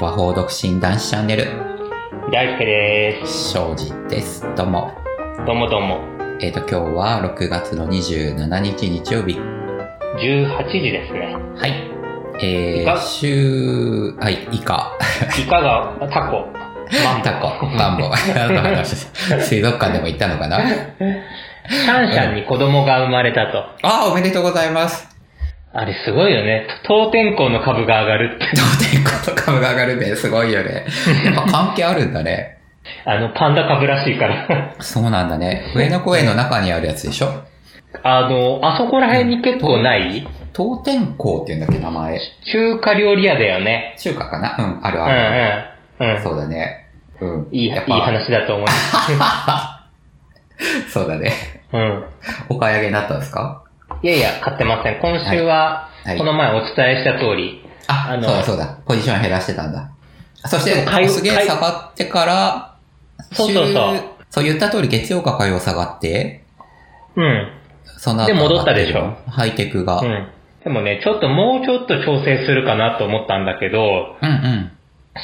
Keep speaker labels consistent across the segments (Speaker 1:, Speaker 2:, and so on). Speaker 1: 和法独身男子チャンネル
Speaker 2: 大輔で
Speaker 1: 庄司ですどうも
Speaker 2: す。どうもどうも。
Speaker 1: えっ、と今日は6月の27日日曜日
Speaker 2: 18時ですね。
Speaker 1: はいえ
Speaker 2: い
Speaker 1: ー、
Speaker 2: か
Speaker 1: 週はいイカ
Speaker 2: イカが タコ、マンボ
Speaker 1: タコマ ンボウ何の話水族館でも行ったのかな
Speaker 2: シャンシャンに子供が生まれたと。
Speaker 1: あーおめでとうございます
Speaker 2: あれすごいよね。当天候の株が上がるって。
Speaker 1: どうでこと株が上がるねすごいよねやっぱ関係あるんだね
Speaker 2: あの、パンダ株らしいから。
Speaker 1: そうなんだね上野公園の中にあるやつでしょ
Speaker 2: あの、あそこら辺に結構ない
Speaker 1: 東天港っていうんだっけ名前
Speaker 2: 中華料理屋だよね。
Speaker 1: 中華かなうんある
Speaker 2: うん
Speaker 1: ある、
Speaker 2: うん。うん。
Speaker 1: そうだね。うん。
Speaker 2: いい、いい
Speaker 1: やっぱ
Speaker 2: 話だと思 います。
Speaker 1: そうだね。
Speaker 2: うん。
Speaker 1: お買い上げになったんですか
Speaker 2: いやいや、買ってません。今週は、
Speaker 1: はい
Speaker 2: この前お伝えした通り、
Speaker 1: あ、
Speaker 2: あの
Speaker 1: そうだそうだ。ポジション減らしてたんだ。そし
Speaker 2: そ
Speaker 1: て
Speaker 2: う火、曜
Speaker 1: すげえ
Speaker 2: 火曜
Speaker 1: 下がってから、
Speaker 2: そうそうそう
Speaker 1: 週そう言った通り月曜か火曜下がって、
Speaker 2: うん。
Speaker 1: その後
Speaker 2: で戻ったでしょ
Speaker 1: 上がってるハイテクが。う、
Speaker 2: うんん。でもね、ちょっともうちょっと調整するかなと思ったんだけど、
Speaker 1: うん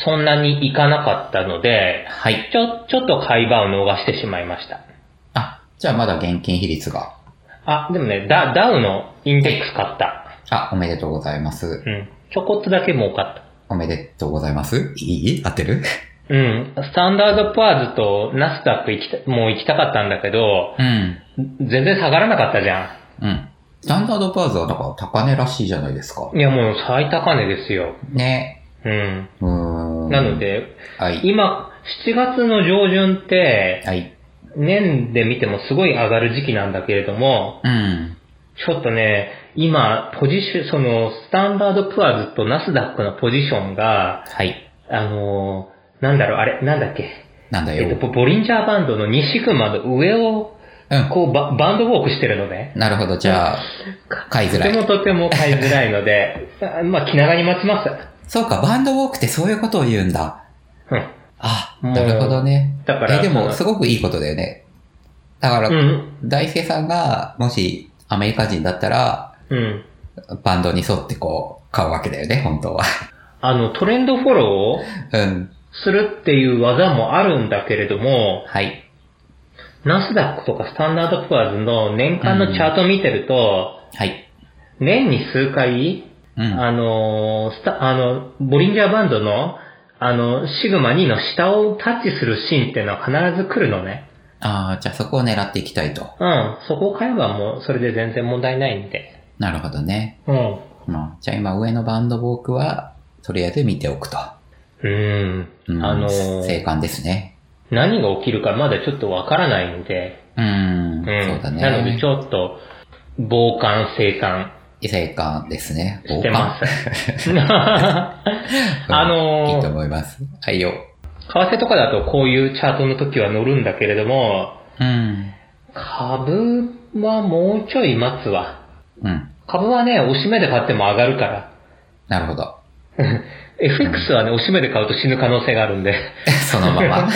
Speaker 2: そんなにいかなかったので、
Speaker 1: はい。
Speaker 2: ちょ、ちょっと買い場を逃してしまいました。
Speaker 1: あ、じゃあまだ現金比率が。
Speaker 2: あ、でもね、ダダウのインデックス買った。
Speaker 1: あ、おめでとうございます。
Speaker 2: うん。ちょこっとだけ儲かっ
Speaker 1: おめでとうございます。いい合ってる
Speaker 2: た。うん。スタンダードプアーズとナスダック行きた、もう行きたかったんだけど、
Speaker 1: うん。
Speaker 2: 全然下がらなかったじゃ
Speaker 1: うん。スタンダードパーズはだから高値らしいじゃないですか
Speaker 2: ん。。いやもう最高値ですよ。
Speaker 1: ね。
Speaker 2: うん。
Speaker 1: うーん。
Speaker 2: なの、で、
Speaker 1: はい。
Speaker 2: 今、7月の上旬って、
Speaker 1: はい。
Speaker 2: 年で見てもすごい上がる時期なんだけれども、
Speaker 1: うん。
Speaker 2: ちょっとね、今、ポジション、その、スタンダードプアーズとナスダックのポジションが、
Speaker 1: はい。
Speaker 2: あのーなんだろう、あれ、なんだっけ、
Speaker 1: なんだ
Speaker 2: え
Speaker 1: よ。
Speaker 2: っと、ボボリンジャーバンドの2シグマの上を、
Speaker 1: う
Speaker 2: こうバ、バンドウォークしてるのね。
Speaker 1: ん。なるほど。じゃあ、買いづ
Speaker 2: と
Speaker 1: ら
Speaker 2: ても
Speaker 1: い。
Speaker 2: とても買いづらいので、 あまあ、気長に待ちます。
Speaker 1: そうか、バンドウォークってそういうことを言うんだ。
Speaker 2: うん。
Speaker 1: あ、なるほどね。
Speaker 2: だから、
Speaker 1: え、でも、
Speaker 2: そ
Speaker 1: すごくいいことだよね。だか
Speaker 2: のう
Speaker 1: ら、
Speaker 2: ん、
Speaker 1: 大輔さんが、もし、アメリカ人だったら、
Speaker 2: うん。
Speaker 1: バンドに沿ってこう、買うわけだよね、本当は。
Speaker 2: あの、トレンドフォローを
Speaker 1: うん。
Speaker 2: するっていう技もあるんだけれども、
Speaker 1: はい。
Speaker 2: ナスダックとかスタンダードプアーズの年間のチャート見てると、
Speaker 1: はい。
Speaker 2: 年に数回、
Speaker 1: うん。
Speaker 2: あのースタ、あの、ボリンジャーバンドの、あの、シグマ2の下をタッチするシーンっていうのは必ず来るのね。
Speaker 1: ああ、じゃあそこを狙っていきたいと。
Speaker 2: うん。そこを買えばもう、それで全然問題ないんで。
Speaker 1: なるほどね。
Speaker 2: うん。
Speaker 1: うん。じゃあ今、上のバンドウォークは、とりあえず見ておくと。
Speaker 2: うん。
Speaker 1: うん。
Speaker 2: あの
Speaker 1: 静
Speaker 2: ー
Speaker 1: 観ですね。
Speaker 2: 何が起きるかまだちょっとわからないんで。
Speaker 1: うん。
Speaker 2: うん。
Speaker 1: そうだね。
Speaker 2: なのでちょっと、傍観、静観
Speaker 1: 異性感ですね。
Speaker 2: してます。
Speaker 1: うん
Speaker 2: あのー
Speaker 1: いいと思います。はいよ。
Speaker 2: 為替とかだとこういうチャートの時は乗るんだけれども、
Speaker 1: うん。
Speaker 2: 株はもうちょい待つわ。
Speaker 1: うん。
Speaker 2: 株はね、おしめで買っても上がるから。
Speaker 1: なるほど。
Speaker 2: FX はね、おしめで買うと死ぬ可能性があるんで。
Speaker 1: そのまま、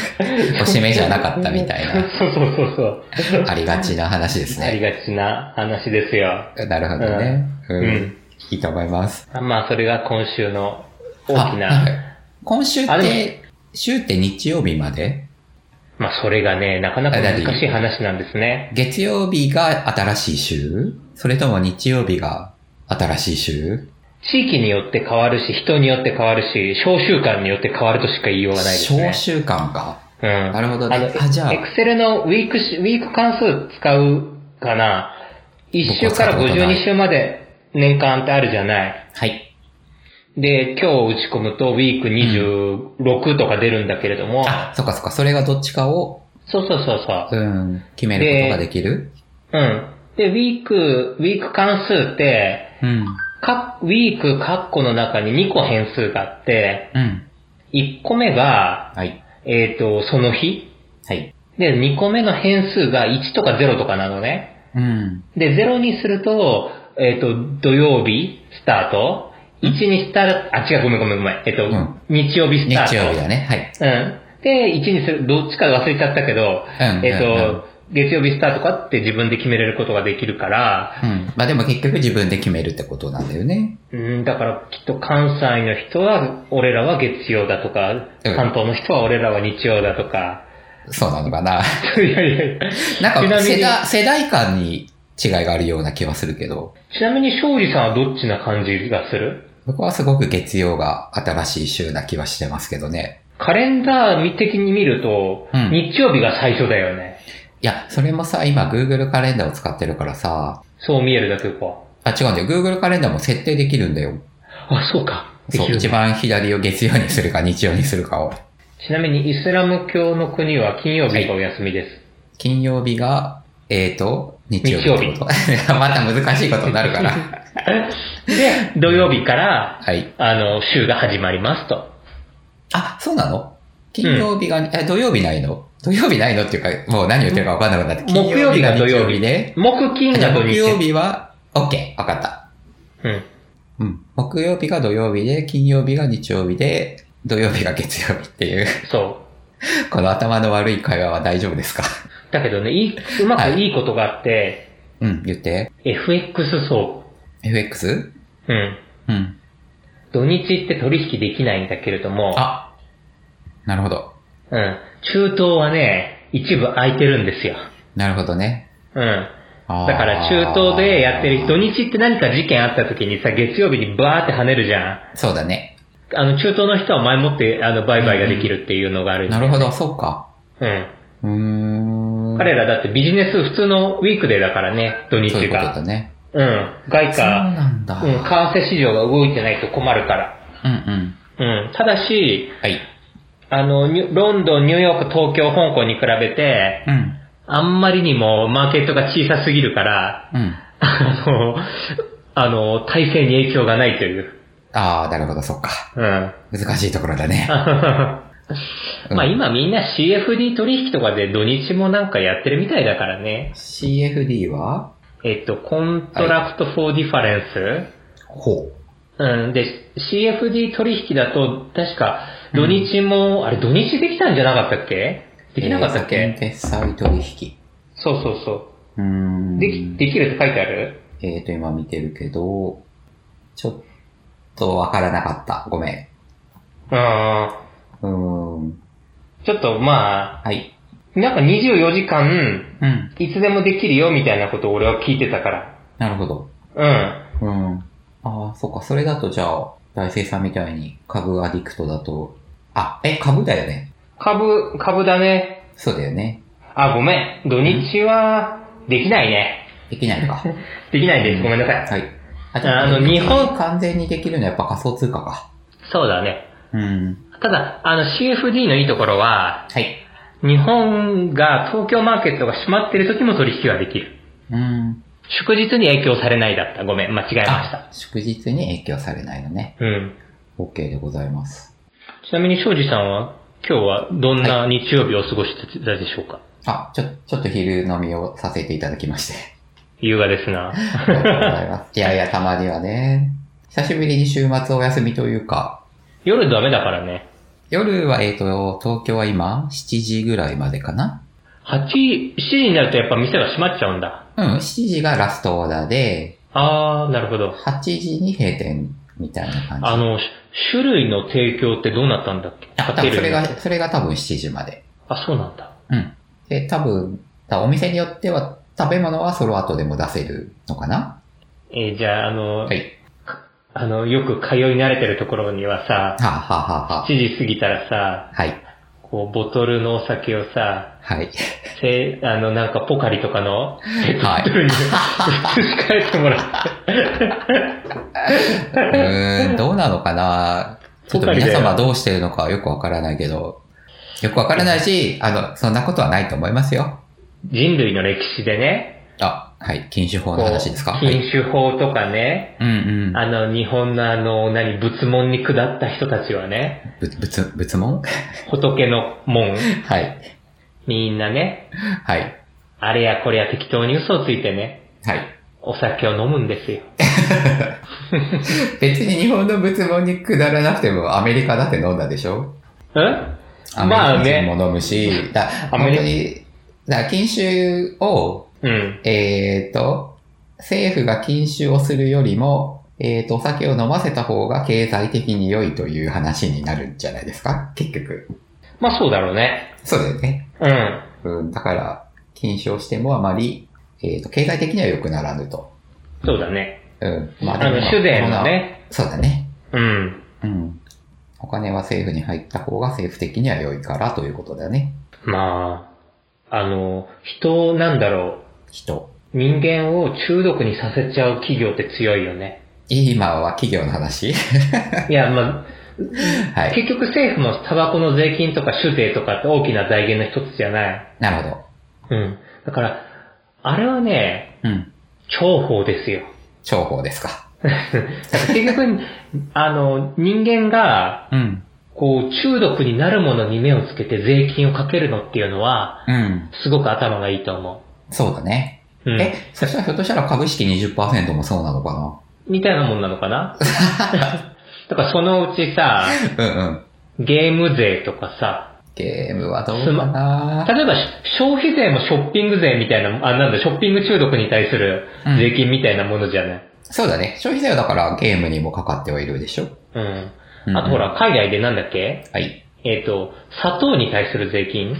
Speaker 1: おしめじゃなかったみたいな、
Speaker 2: そうそうそうそう。
Speaker 1: ありがちな話です
Speaker 2: あり
Speaker 1: ね。
Speaker 2: がちな話ですよ。
Speaker 1: なるほどね。うん。
Speaker 2: うん
Speaker 1: いいと思います。
Speaker 2: まあ、それが今週の大き
Speaker 1: あんか
Speaker 2: な。
Speaker 1: 今週っ
Speaker 2: あ
Speaker 1: て
Speaker 2: で、
Speaker 1: 週って日曜日まで
Speaker 2: まあ、それがね、なかなか難しい話なんですね。
Speaker 1: 月曜日が新しい週それとも日曜日が新しい週
Speaker 2: 地域によって変わるし、人によって変わるし、小習慣によって変わるとしか言いようがないですね
Speaker 1: 小。週間か。
Speaker 2: うん
Speaker 1: なるほど
Speaker 2: あの
Speaker 1: ね。あ、じゃあ
Speaker 2: エ、クセルのウィークし、ウィーク関数使うかな。1週から
Speaker 1: 僕は使ったことない
Speaker 2: 52週まで年間ってあるじゃない。
Speaker 1: はい。
Speaker 2: で、今日打ち込むとウィーク26とか出るんだけれども、
Speaker 1: あ、そっかそっか。それがどっちかを、
Speaker 2: そうそうそうそう。
Speaker 1: うん、決めることができる
Speaker 2: うん。で、ウィーク、ウィーク関数って、
Speaker 1: うん。
Speaker 2: かウィークカッコの中に2個変数があって、
Speaker 1: うん。
Speaker 2: 1個目が、
Speaker 1: はい。
Speaker 2: えっ、と、その日。
Speaker 1: はい。
Speaker 2: で、2個目の変数が1とか0とかなのね。
Speaker 1: うん。
Speaker 2: で、0にすると、えっ、と、土曜日スタート、1にスタート、あ、違う、ごめんごめんごめん、えっ、と、
Speaker 1: うん
Speaker 2: 日曜日ス
Speaker 1: 日
Speaker 2: タート。
Speaker 1: 曜日だね。はい。
Speaker 2: うん。で、1にする、どっちか忘れちゃったけど、
Speaker 1: うんうんうん
Speaker 2: えっ、と、月曜日スタートかって自分で決めれることができるから、
Speaker 1: うん。まあでも結局自分で決めるってことなんだよね。
Speaker 2: うん、だからきっと関西の人は俺らは月曜だとか、関東の人は俺らは日曜だとか、
Speaker 1: そうなのかな。
Speaker 2: いやいやいや。
Speaker 1: なん
Speaker 2: ち
Speaker 1: か
Speaker 2: なみに
Speaker 1: 世代、世代間に違いがあるような気はするけど、
Speaker 2: ちなみに庄司さんはどっちな感じがする
Speaker 1: 僕はすごく月曜が新しい週な気はしてますけどね。
Speaker 2: カレンダー的に見ると、
Speaker 1: うん
Speaker 2: 日曜日が最初だよね。
Speaker 1: いや、それもさ、今 Google カレンダーを使ってるからさ、
Speaker 2: そう見えるだけか。
Speaker 1: あ、違うんだよ。Google カレンダーも設定できるんだよ。
Speaker 2: あ、そうか。で
Speaker 1: そ
Speaker 2: き
Speaker 1: う、
Speaker 2: る
Speaker 1: 一番左を月曜にするか日曜にするかを。
Speaker 2: ちなみにイスラム教の国は金曜日がお休みです。
Speaker 1: 金曜日が、えーと、日曜日ってこと。 また難しいことになる から。
Speaker 2: で、土曜日から、
Speaker 1: はい。
Speaker 2: あの、週が始まりますと。
Speaker 1: あ、そうなの金曜日が、え、土曜日ないの土曜日ないのっていうか、もう何言ってるか分かんなくなって。
Speaker 2: 木曜日が
Speaker 1: 金
Speaker 2: 土曜日
Speaker 1: で。
Speaker 2: 木金
Speaker 1: あじゃ
Speaker 2: が
Speaker 1: あ
Speaker 2: 土
Speaker 1: 木
Speaker 2: 日。
Speaker 1: 曜日は、OK、分かった。
Speaker 2: うん。
Speaker 1: うん。木曜日が土曜日で、金曜日が日曜日で、土曜日が月曜日っていう、
Speaker 2: そう。
Speaker 1: この頭の悪い会話は大丈夫ですか
Speaker 2: だけどね、いい、うまくいいことがあって、
Speaker 1: うん、言って。
Speaker 2: FX 層。
Speaker 1: FX?
Speaker 2: うん。
Speaker 1: うん。
Speaker 2: 土日って取引できないんだけれども、
Speaker 1: あ、なるほど。
Speaker 2: うん。中東はね、一部空いてるんですよ。
Speaker 1: なるほどね。
Speaker 2: うん。
Speaker 1: だ
Speaker 2: だから中東でやってる、土日って何か事件あった時にさ、月曜日にバーって跳ねるじゃん。
Speaker 1: そうだね。
Speaker 2: あの、中東の人は前もって、あの、売買ができるっていうのがある。
Speaker 1: なるほど、そうか。
Speaker 2: うん。
Speaker 1: うーん。
Speaker 2: 彼らだってビジネス普通のウィークデーだからね、土
Speaker 1: そういう
Speaker 2: 日
Speaker 1: こと
Speaker 2: が。
Speaker 1: だね。
Speaker 2: うん。外
Speaker 1: そう
Speaker 2: 貨、
Speaker 1: なんだ。
Speaker 2: うん、為替市場が動いてないと困るから。
Speaker 1: うんうん。
Speaker 2: うん。ただし、
Speaker 1: はい。
Speaker 2: あの、ニュロンドン、ニューヨーク、東京、香港に比べて、
Speaker 1: うん。
Speaker 2: あんまりにもマーケットが小さすぎるから、
Speaker 1: うん。
Speaker 2: あの、あの、体制に影響がないという。
Speaker 1: ああ、なるほど、そうか。
Speaker 2: うん。
Speaker 1: 難しいところだ ね。うん
Speaker 2: まあ今みんな CFD 取引とかで土日もなんかやってるみたいだからね。
Speaker 1: CFD は
Speaker 2: えっと、コントラクトフォーディファレンス、
Speaker 1: ほ
Speaker 2: うん。で、CFD 取引だと、確か、土日も、あれ土日できたんじゃなかったっけ
Speaker 1: う。
Speaker 2: できなかったっけ、
Speaker 1: えー先決済取
Speaker 2: そうそうそ
Speaker 1: 引。うーん。
Speaker 2: う。でき、できるって書いてある
Speaker 1: えーと、今見てるけど、ちょっとわからなかった。ごめ
Speaker 2: うん。
Speaker 1: ん。うーん。
Speaker 2: ちょっとまあ、
Speaker 1: はい。
Speaker 2: なんか24時間、
Speaker 1: うん。
Speaker 2: いつでもできるよみたいなことを俺は聞いてたから。
Speaker 1: なるほど。
Speaker 2: うん。
Speaker 1: うん。ああ、そっか。それだとじゃあ、大生さんみたいに株アディクトだと、あ、え、株だよね。
Speaker 2: 株、株だね。
Speaker 1: そうだよね。
Speaker 2: あ、ごめん。土日は、できないね。
Speaker 1: できないの か。
Speaker 2: できないです。ごめんなさい。
Speaker 1: はい。あ
Speaker 2: あの日本
Speaker 1: 完全にできるのはやっぱ仮想通貨か。
Speaker 2: そうだね。
Speaker 1: うん。
Speaker 2: ただ、あの CFD のいいところは、
Speaker 1: はい。
Speaker 2: 日本が東京マーケットが閉まってる時も取引ができる。
Speaker 1: うん。
Speaker 2: 祝日に影響されないだった。ごめん、間違えました。
Speaker 1: あ、祝日に影響されないのね。
Speaker 2: うん。
Speaker 1: OK でございます。
Speaker 2: ちなみに庄司さんは、今日はどんな日曜日を過ごしてたでしょうか、
Speaker 1: あ、ちょ、ちょっと昼飲みをさせていただきまして。
Speaker 2: 優雅ですな。
Speaker 1: ありがとうございます。いやいや、たまにはね。久しぶりに週末お休みというか、
Speaker 2: 夜ダメだからね。
Speaker 1: 夜は、えっ、と、東京は今、7時ぐらいまでかな
Speaker 2: 8、7時になるとやっぱ店が閉まっちゃうんだ。
Speaker 1: うん、7時がラストオーダーで、
Speaker 2: あー、なるほど。
Speaker 1: 8時に閉店みたいな感じ。
Speaker 2: あの、し種類の提供ってどうなったんだっけ
Speaker 1: あ、多分それが、それが多分7時まで。
Speaker 2: あ、そうなんだ。
Speaker 1: うん。で、多分、だお店によっては食べ物はその後でも出せるのかな
Speaker 2: えーじゃあ、あの、
Speaker 1: はい。
Speaker 2: あの、よく通い慣れてるところにはさ
Speaker 1: は、あ、はあはあは
Speaker 2: 7時過ぎたらさ、
Speaker 1: あ、はい。
Speaker 2: こう、ボトルのお酒をさ、
Speaker 1: はい。
Speaker 2: せあの、なんかポカリとかの、
Speaker 1: はい
Speaker 2: ボトルに移し替えてもらって。
Speaker 1: うーん、どうなのかなちょっと皆様どうしてるのかよくわからないけど、よくわからないし、あの、そんなことはないと思いますよ。
Speaker 2: 人類の歴史でね、
Speaker 1: あ、はい。禁酒法の話ですか
Speaker 2: こう
Speaker 1: はい。
Speaker 2: 禁酒法とかね、
Speaker 1: うんうん。
Speaker 2: あの、日本のあの、何、仏門に下った人たちはね、
Speaker 1: ぶ、ぶつ、ぶつもん
Speaker 2: 仏の門、
Speaker 1: はい。
Speaker 2: みんなね、
Speaker 1: はい。
Speaker 2: あれやこれや適当に嘘をついてね、
Speaker 1: はい。
Speaker 2: お酒を飲むんですよ。
Speaker 1: 別に日本の仏門にくだらなくてもアメリカだって飲んだでしょ
Speaker 2: うん
Speaker 1: アメリカ人も飲むし、だ
Speaker 2: アメ
Speaker 1: 本
Speaker 2: リ
Speaker 1: 当に、だから禁酒を、
Speaker 2: うん。
Speaker 1: えーと、政府が禁酒をするよりも、えーと、お酒を飲ませた方が経済的に良いという話になるんじゃないですか結局。
Speaker 2: まあそうだろうね。
Speaker 1: そうだよね。
Speaker 2: うん。
Speaker 1: うん、だから、禁酒をしてもあまり、えーと、経済的には良くならぬと。
Speaker 2: そうだね。
Speaker 1: うん。
Speaker 2: あの、酒税の。ね。
Speaker 1: そうだね。
Speaker 2: うん。
Speaker 1: うん。お金は政府に入った方が政府的には良いからということだよね。
Speaker 2: まあ、あの、人、なんだろ
Speaker 1: 人。
Speaker 2: う。人間を中毒にさせちゃう企業って強いよね。
Speaker 1: 今は企業の話
Speaker 2: いや、ま
Speaker 1: は
Speaker 2: あ、
Speaker 1: い。
Speaker 2: 結局政府もタバコの税金とか酒税とかって大きな財源の一つじゃない。
Speaker 1: なるほ
Speaker 2: うん。だから、あれはね、
Speaker 1: ど。うん。
Speaker 2: 重宝ですよ。
Speaker 1: 重宝ですか。
Speaker 2: だから結局、あの、人間が、
Speaker 1: うん。
Speaker 2: こう、中毒になるものに目をつけて税金をかけるのっていうのは、
Speaker 1: うん。
Speaker 2: すごく頭がいいと思
Speaker 1: そうだね。
Speaker 2: う。うん。
Speaker 1: え、そしたらひょっとしたら株式20%もそうなのか
Speaker 2: みたいなもんなのかな だからそのうちさ、
Speaker 1: なうんうん。
Speaker 2: ゲーム税とかさ、
Speaker 1: ゲームはどうかな
Speaker 2: 例えばし消費税もショッピング税みたいな、あ、なんだ、ショッピング中毒に対する
Speaker 1: うん
Speaker 2: 税金みたいなものじゃない。
Speaker 1: そうだね。消費税はだからゲームにもかかってはいるでしょ。
Speaker 2: うん。
Speaker 1: うん
Speaker 2: あとほ。ら、海外でなんだっけ
Speaker 1: はい。
Speaker 2: えっ、と、砂糖に対する税金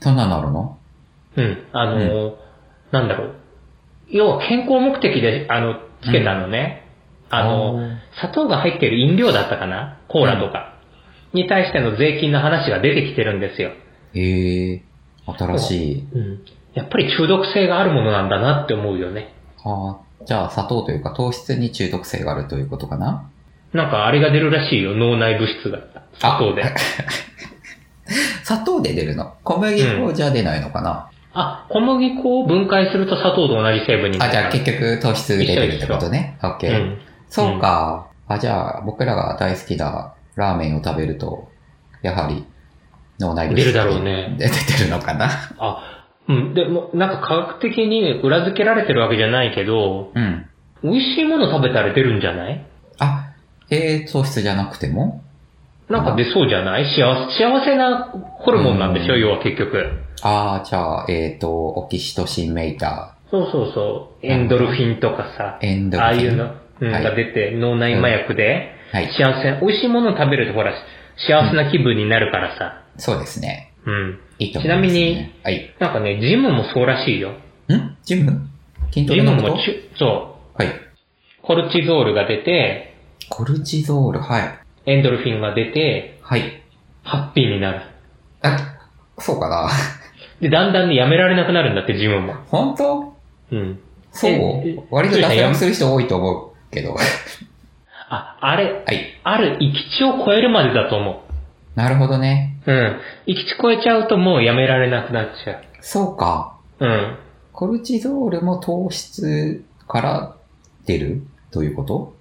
Speaker 1: そんなのあるの
Speaker 2: うん。あのー、なんだろう。要は健康目的で、あの、つけたのね。あのー、砂糖が入ってる飲料だったかなコーラとか。に対しての税金の話が出てきてるんですよ。
Speaker 1: へえー、新しい。
Speaker 2: うん。やっぱり中毒性があるものなんだなって思うよね。
Speaker 1: あーじゃあ砂糖というか糖質に中毒性があるということかな
Speaker 2: なんかあれが出るらしいよ。脳内物質が。砂糖で。
Speaker 1: 砂糖で出るの小麦粉じゃ出ないのかな、
Speaker 2: あ、小麦粉を分解すると砂糖と同じ成分にな
Speaker 1: あ、
Speaker 2: る。
Speaker 1: じゃあ結局糖質で出るってことね。オッケ
Speaker 2: う
Speaker 1: ー。
Speaker 2: ん。
Speaker 1: そうか。あ、じゃあ、僕らが大好きなラーメンを食べると、やはり、脳内物質
Speaker 2: 出るだろうね
Speaker 1: で出てるのかな。
Speaker 2: あ、うん。でも、なんか科学的に裏付けられてるわけじゃないけど、
Speaker 1: うん。
Speaker 2: 美味しいもの食べたら出るんじゃない
Speaker 1: あ、えー、糖質じゃなくても
Speaker 2: なんか出そうじゃない幸せ、幸せなホルモンなんでしょ、
Speaker 1: うん
Speaker 2: 要は結局。
Speaker 1: ああ、じゃあ、えっ、と、オキシトシンメイタ
Speaker 2: そうそうそう。エンドルフィンとかさ
Speaker 1: ー、、エンドル
Speaker 2: あ
Speaker 1: フィ
Speaker 2: あ
Speaker 1: ン。
Speaker 2: いうの、うん
Speaker 1: はい
Speaker 2: が出て脳内麻薬で、
Speaker 1: はい。
Speaker 2: 幸せ、美味しいものを食べるとほら、幸せな気分になるからさ。
Speaker 1: そうですね。
Speaker 2: うん。
Speaker 1: いいと思います、ね。ちなみに。
Speaker 2: なんかね、ジムもそうらしいよ。
Speaker 1: はい。んジム筋ト
Speaker 2: ジ
Speaker 1: レ
Speaker 2: ム
Speaker 1: のこと
Speaker 2: もちゅ、そ
Speaker 1: はい。
Speaker 2: う、コルチゾールが出て、
Speaker 1: コルチゾール、はい。
Speaker 2: エンドルフィンが出て、
Speaker 1: はい。
Speaker 2: ハッピーになる。
Speaker 1: あ、そうかな。
Speaker 2: で、だんだんね、やめられなくなるんだって、ジムも。
Speaker 1: 本当
Speaker 2: うん。
Speaker 1: そう
Speaker 2: ええ
Speaker 1: 割と脱落する人多いと思うけど。は
Speaker 2: あ、あれ、
Speaker 1: い。
Speaker 2: ある域値を超えるまでだと思う。
Speaker 1: なるほどね。
Speaker 2: うん。行き地超えちゃうともうやめられなくなっちゃう。
Speaker 1: そうか。
Speaker 2: うん。
Speaker 1: コルチゾールも糖質から出るということ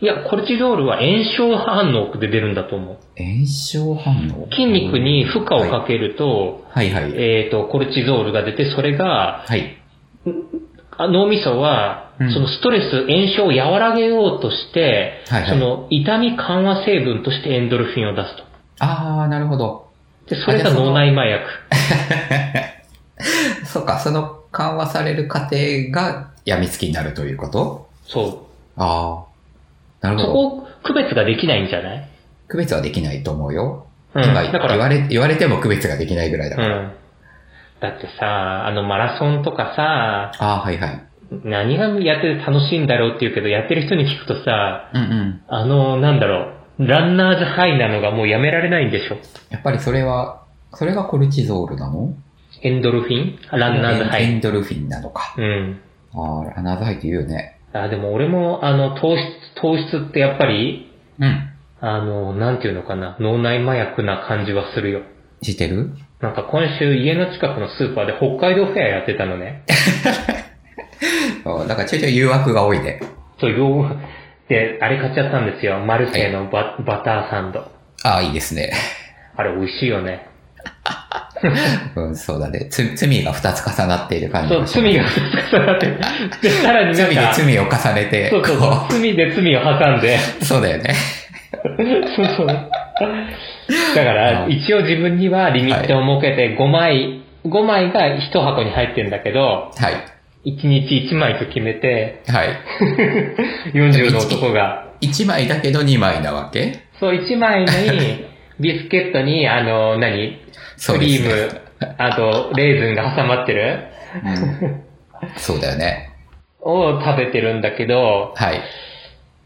Speaker 2: いや、コルチゾールは炎症反応で出るんだと思う。
Speaker 1: 炎症反応
Speaker 2: 筋肉に負荷をかけると、
Speaker 1: はいはいはい。
Speaker 2: えっ、と、コルチゾールが出て、それが、
Speaker 1: はい。
Speaker 2: あ脳みそは、
Speaker 1: うん
Speaker 2: そのストレス、炎症を和らげようとして、
Speaker 1: はいはい
Speaker 2: その痛み緩和成分としてエンドルフィンを出す
Speaker 1: あー、なるほど。
Speaker 2: と。で、それ
Speaker 1: あ
Speaker 2: が
Speaker 1: じゃあその
Speaker 2: 脳内麻薬。
Speaker 1: そうか、その緩和される過程が病みつきになるということ
Speaker 2: そ
Speaker 1: あー。なる
Speaker 2: う。そ
Speaker 1: ほ
Speaker 2: こ
Speaker 1: ど。
Speaker 2: を区別ができないんじゃない
Speaker 1: 区別はできないと思うよ。
Speaker 2: うん。
Speaker 1: 今
Speaker 2: だから
Speaker 1: 言、われ、言われても区別ができないぐらいだから。
Speaker 2: うん。だってさ、あのマラソンとかさ、
Speaker 1: あー、はいはい。
Speaker 2: 何がやってて楽しいんだろうって言うけど、やってる人に聞くとさ、
Speaker 1: うんうん。
Speaker 2: あの、なんだろう、ランナーズハイなのがもうやめられないんでしょ。
Speaker 1: やっぱりそれは、それがコルチゾールなの
Speaker 2: エンドルフィンランナーズハ
Speaker 1: エンエ
Speaker 2: イ。
Speaker 1: ンドルフィンなのか。
Speaker 2: うん。
Speaker 1: あー、ランナーズハイって言うよね。
Speaker 2: あ、でも俺も、あの、糖質、糖質ってやっぱり、
Speaker 1: うん。
Speaker 2: あの、なんていうのかな、脳内麻薬な感じはするよ。
Speaker 1: 知ってる
Speaker 2: なんか今週家の近くのスーパーで北海道フェアやってたのね。
Speaker 1: そうだからちょいちょい誘惑が多いね。
Speaker 2: そう、よう、で、あれ買っちゃったんですよ。マルセイのバ,、バターサンド。
Speaker 1: ああ、いいですね。
Speaker 2: あれ美味しいよね。
Speaker 1: うん、そうだね。つ罪が二つ重なっている感じ
Speaker 2: そう、
Speaker 1: がします
Speaker 2: 罪が重なって。で、さらになん
Speaker 1: 罪
Speaker 2: か、
Speaker 1: で罪を重ねて、
Speaker 2: そうそう
Speaker 1: こ
Speaker 2: そう、罪で罪を挟んで、
Speaker 1: う、 そうだよね。
Speaker 2: そうそう。だから、
Speaker 1: うん
Speaker 2: 一応自分にはリミットを設けて5枚5枚が1箱に入ってるんだけど、
Speaker 1: はい。
Speaker 2: 1日1枚と決めて、
Speaker 1: はい。
Speaker 2: 40の男が、
Speaker 1: 1枚だけど2枚なわけ
Speaker 2: そう、1枚に、ビスケットに、あの、何
Speaker 1: そう
Speaker 2: ク
Speaker 1: で
Speaker 2: リ
Speaker 1: す
Speaker 2: ーム、
Speaker 1: ね。
Speaker 2: あと、レーズンが挟まってる
Speaker 1: うん、そうだよね。
Speaker 2: を食べてるんだけど、
Speaker 1: は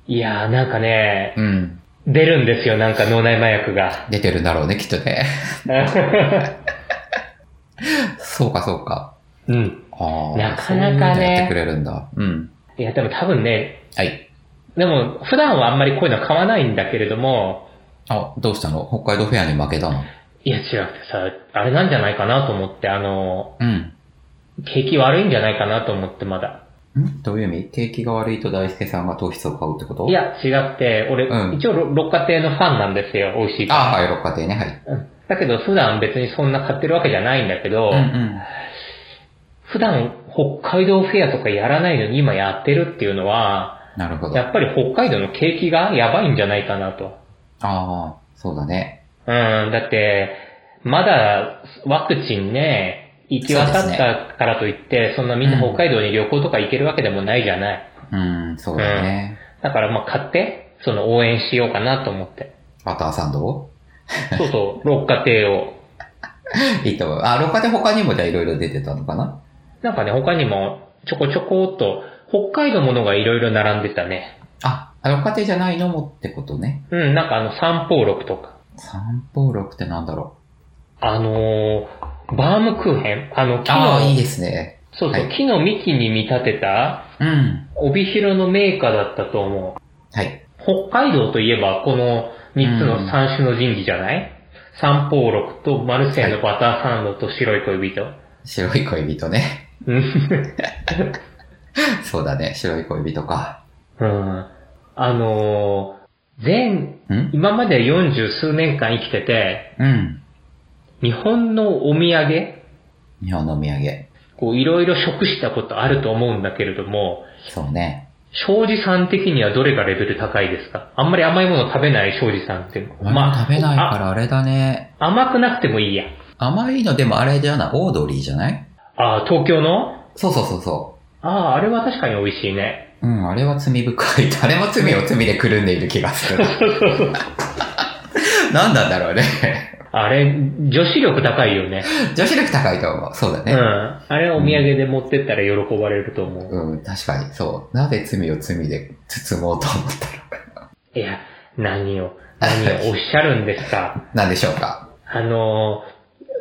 Speaker 1: い。
Speaker 2: いやーなんかね、
Speaker 1: うん。
Speaker 2: 出るんですよ、なんか脳内麻薬が。
Speaker 1: 出てるんだろうね、きっとね。 そうか、そうか。
Speaker 2: うん。
Speaker 1: ああ。
Speaker 2: なかなか
Speaker 1: そ
Speaker 2: ね
Speaker 1: ういうのやってくれるんだ。うん。
Speaker 2: いや、でも多分ね、
Speaker 1: はい。
Speaker 2: でも、普段はあんまりこういうの買わないんだけれども、
Speaker 1: あ、どうしたの北海道フェアに負けたの
Speaker 2: いや、違くてさ、あれなんじゃないかなと思って、あの、
Speaker 1: うん。
Speaker 2: 景気悪いんじゃないかなと思って、まだ。
Speaker 1: んどういう意味景気が悪いと大輔さんが糖質を買うってこと
Speaker 2: い。や、違って、俺、
Speaker 1: うん
Speaker 2: 一応、ろ六花亭のファンなんですよ、美味しいから。
Speaker 1: ああ、はい、六家庭ね、はい。
Speaker 2: うんだけど、普段別にそんな買ってるわけじゃないんだけど、
Speaker 1: うん
Speaker 2: 普段北海道フェアとかやらないのに今やってるっていうのは、
Speaker 1: うん。なるほど。
Speaker 2: や
Speaker 1: あ
Speaker 2: っぱり北海道の景気がやばいんじゃないかなと。
Speaker 1: あー、そうだね。
Speaker 2: うん、だって、まだワクチンね、行き渡ったからといって、そんなみんな北海道に旅行とか行けるわけでもないじゃない。
Speaker 1: うん、そうだね。
Speaker 2: だからまあ買って、その応援しようかなと 思って。
Speaker 1: バターサンド を
Speaker 2: そうそう、六花亭を。
Speaker 1: いいと思う。あ、六家庭他にもじゃあいろいろ出てたのかな
Speaker 2: なんかね、他にもちょこちょこっと、北海道ものがいろいろ並んでたね。
Speaker 1: あ、あ六家庭じゃないのもってことね。
Speaker 2: うん、なんかあの、三宝六とか。
Speaker 1: 三宝六ってなんだろ
Speaker 2: あのー、バームクーヘンあの、
Speaker 1: う。
Speaker 2: 木
Speaker 1: ああ、いい
Speaker 2: の、
Speaker 1: ですね。
Speaker 2: そうそう、
Speaker 1: はい
Speaker 2: 木の幹に見立てた、
Speaker 1: うん。
Speaker 2: 帯広のメーカーだったと思う。
Speaker 1: はい。
Speaker 2: 北海道といえば、この3つの三種の神器じゃない、三宝六とマルセイのバターサンドと白い恋人。
Speaker 1: 白い恋人ね。
Speaker 2: うん。
Speaker 1: そうだね。白い恋人か。
Speaker 2: うんあのー、前、
Speaker 1: ん
Speaker 2: 今まで40数年間生きてて、
Speaker 1: うん。
Speaker 2: 日本のお土産、
Speaker 1: 日本のお土産。
Speaker 2: こういろいろ食したことあると思うんだけれども、
Speaker 1: そうね。
Speaker 2: 庄司さん的にはどれがレベル高いですかあんまり甘いもの食べない庄司さんって。
Speaker 1: まあ、食べないからあれだね。
Speaker 2: あ甘くなくてもいいや。
Speaker 1: 甘いのでもあれじゃない。オードリーじゃない
Speaker 2: ああ、東京の
Speaker 1: そうそうそうそ
Speaker 2: ああ、あれは確かに美味しいね。
Speaker 1: う。うん、あれは罪深い。 誰も罪を罪でくるんでいる気が する。なんなんだろうね。
Speaker 2: あれ、女子力高いよね。
Speaker 1: 女子力高いと思う。そうだ
Speaker 2: う
Speaker 1: ね。
Speaker 2: ん。あれはお土産で持ってったら喜ばれると思う。
Speaker 1: うん、確かに、そう。なぜ罪を罪で包もうと思ったら、
Speaker 2: いや、何を、何をおっしゃるんですか。
Speaker 1: なんでしょうか。
Speaker 2: あの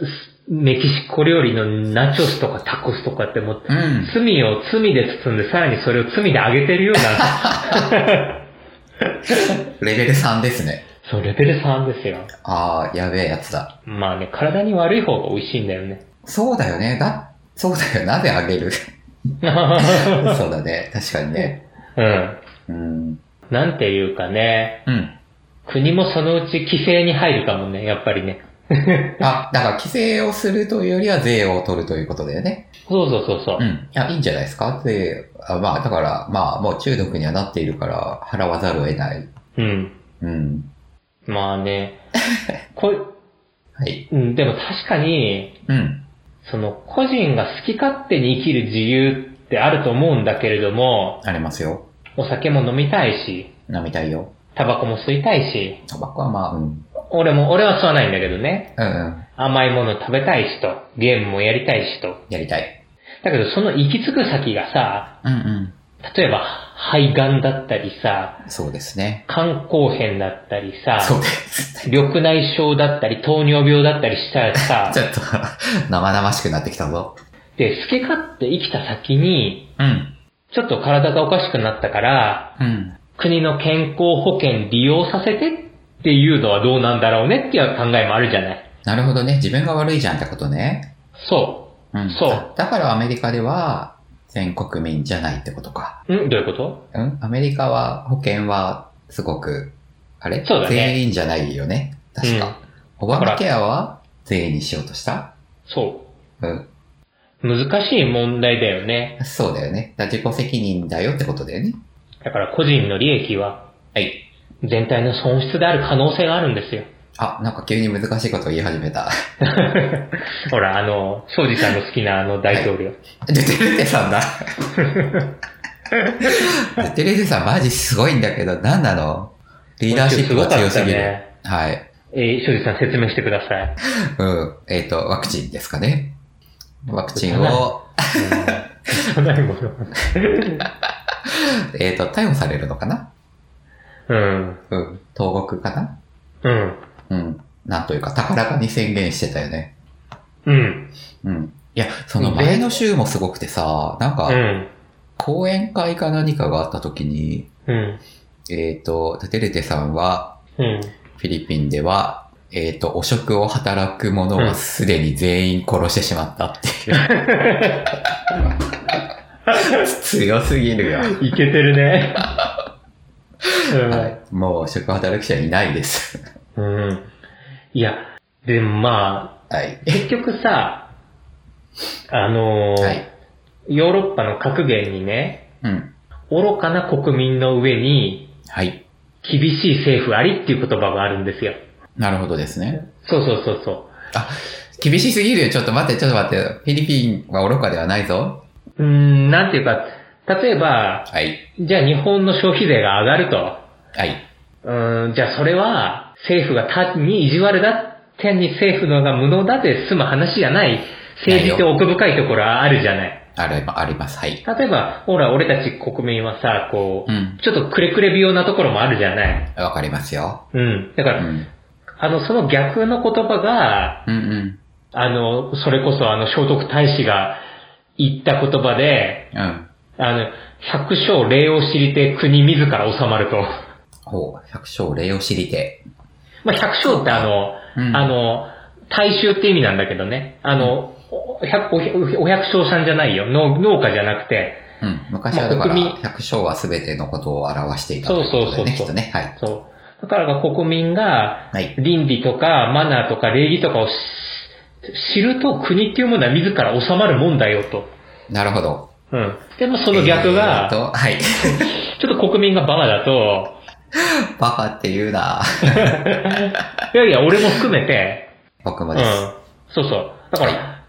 Speaker 2: ー、すメキシコ料理のナチョスとかタコスとかってもう、
Speaker 1: うん。
Speaker 2: 罪を罪で包んで、さらにそれを罪で揚げてるよう な、
Speaker 1: レベル3ですね。
Speaker 2: そう、レベル3ですよ。
Speaker 1: あー、やべえやつだ。
Speaker 2: まあね、体に悪い方が美味しいんだよね。
Speaker 1: そうだよね。だ、そうだよ。なぜあげ る
Speaker 2: う
Speaker 1: そうだね。確かにね。
Speaker 2: ん。
Speaker 1: うん。
Speaker 2: なんていうかね、
Speaker 1: うん。
Speaker 2: 国もそのうち規制に入るかもね、やっぱりね。
Speaker 1: あ、だから規制をするというよりは税を取るということだよね。
Speaker 2: そうそうそうそう
Speaker 1: う。ん。いや、いいんじゃないですか税、あまあ、だから、まあ、もう中毒にはなっているから、払わざるを得ない。
Speaker 2: うん。
Speaker 1: うん。
Speaker 2: まあね、こ
Speaker 1: はい。
Speaker 2: うん、でも確かに、
Speaker 1: うん。
Speaker 2: その個人が好き勝手に生きる自由ってあると思うんだけれども、
Speaker 1: ありますよ。
Speaker 2: お酒も飲みたいし、
Speaker 1: 飲みたいよ。
Speaker 2: タバコも吸いたいし、
Speaker 1: タバコはまあ、うん。
Speaker 2: 俺も、俺は吸わないんだけどね、
Speaker 1: うんうん。
Speaker 2: 甘いもの食べたいしと、ゲームもやりたいしと。
Speaker 1: やりたい。
Speaker 2: だけどその行き着く先がさ、
Speaker 1: うんうん。
Speaker 2: 例えば肺がんだったりさ、
Speaker 1: そうですね。
Speaker 2: 肝硬変だったりさ、
Speaker 1: そうです。
Speaker 2: 緑内障だったり糖尿病だったりした らさ
Speaker 1: ち、ょっと、生々しくなってきたぞ。
Speaker 2: で、好き勝手生きた先に、
Speaker 1: うん。
Speaker 2: ちょっと体がおかしくなったから、
Speaker 1: うん。
Speaker 2: 国の健康保険利用させてっていうのはどうなんだろうねっていう考えもあるじゃない。
Speaker 1: なるほどね。自分が悪いじゃんってことね。
Speaker 2: そ
Speaker 1: うん。
Speaker 2: そう
Speaker 1: あだからアメリカでは、全国民じゃないってことか。
Speaker 2: う。んどういうこと
Speaker 1: うんアメリカは、保険は、すごく、あれ
Speaker 2: そうだね
Speaker 1: 全員じゃないよね。確か。オバマケアは、全員にしようとした
Speaker 2: そ
Speaker 1: うん。
Speaker 2: う。難しい問題だよね。
Speaker 1: そうだよね。だから自己責任だよってことだよね。
Speaker 2: だから個人の利益は
Speaker 1: はい。
Speaker 2: 全体の損失である可能性があるんですよ。
Speaker 1: あ、なんか急に難しいことを言い始めた。
Speaker 2: ほら、あの、庄司さんの好きなあの大統領。
Speaker 1: デテレテさん だ。デテレテさんマジすごいんだけど、なんなのリーダーシップが強すぎる。
Speaker 2: 今週ごかっ
Speaker 1: はい。
Speaker 2: たねえー、庄司さん説明してくだ さい。
Speaker 1: うん。えっ、と、ワクチンですかね。ワクチンを、
Speaker 2: うん。ないもの。
Speaker 1: えっ、と、逮捕されるのかな
Speaker 2: うん。
Speaker 1: うん。投獄かな
Speaker 2: うん。
Speaker 1: うん。なんというか、高らかに宣言してたよね。
Speaker 2: うん。
Speaker 1: うん。いや、その前の週もすごくてさ、なん
Speaker 2: う
Speaker 1: か、
Speaker 2: ん。
Speaker 1: 講演会か何かがあった時に、
Speaker 2: うん。
Speaker 1: えっ、と、テテレテさんは、
Speaker 2: うん。
Speaker 1: フィリピンでは、えっ、と、汚職を働く者はすでに全員殺してしまったっていう。 強すぎるよ。
Speaker 2: いけてるね。うん
Speaker 1: はい。もう、職働く者いないです。
Speaker 2: うん。いや、でもま
Speaker 1: はい。
Speaker 2: あ、結局さ、あのー
Speaker 1: はい。
Speaker 2: ヨーロッパの格言にね、
Speaker 1: うん。
Speaker 2: 愚かな国民の上に
Speaker 1: はい。
Speaker 2: 厳しい政府ありっていう言葉があるんですよ。
Speaker 1: なるほどですね。
Speaker 2: そうそうそうそ
Speaker 1: 厳しすぎるよ。ちょっと待って、ちょっと待って。フィリピンは愚かではないぞ。
Speaker 2: う。うーん、なんていうか、例えば、
Speaker 1: はい。
Speaker 2: じゃあ日本の消費税が上がると。
Speaker 1: はい。
Speaker 2: うーん、じゃあそれは政府が単に意地悪だ、単に政府のが無能だで済む話じゃない、政治って奥深いところはあるじゃない。
Speaker 1: あれ、あります。はい。
Speaker 2: 例えば、ほら、俺たち国民はさ、こ
Speaker 1: う
Speaker 2: う、
Speaker 1: ん。
Speaker 2: ちょっとくれくれ微妙なところもあるじゃない。
Speaker 1: わかりますよ。
Speaker 2: うん。だか
Speaker 1: う
Speaker 2: ら、
Speaker 1: ん。
Speaker 2: あの、その逆の言葉が、
Speaker 1: うんうん。
Speaker 2: あの、それこそあの、聖徳太子が言った言葉で、
Speaker 1: うん。
Speaker 2: あの、百姓礼を知りて国自ら治まると。
Speaker 1: ほう、百姓礼を知りて。
Speaker 2: まあ、百姓ってあの、
Speaker 1: うん
Speaker 2: あの、大衆って意味なんだけどね。あの、お百お百お百姓さんじゃないよ。農農家じゃなくて。
Speaker 1: うん。昔はだから、
Speaker 2: まあ国
Speaker 1: 百姓はすべてのことを表していた
Speaker 2: そ
Speaker 1: と
Speaker 2: う
Speaker 1: いう
Speaker 2: そ
Speaker 1: こと
Speaker 2: う
Speaker 1: でね、きっ
Speaker 2: そうそう
Speaker 1: とね。はい。
Speaker 2: そう。だから国民が
Speaker 1: はい。
Speaker 2: 倫理とかマナーとか礼儀とかをし知ると国っていうものは自ら収まるもんだよと。
Speaker 1: なるほど。
Speaker 2: うん。でもその逆
Speaker 1: えー
Speaker 2: が、
Speaker 1: と、はい。
Speaker 2: ちょっと国民がバカだと、
Speaker 1: バカって言うな
Speaker 2: いやいや、俺も含めて、
Speaker 1: 僕も
Speaker 2: うん
Speaker 1: です。。
Speaker 2: そうそう。だから、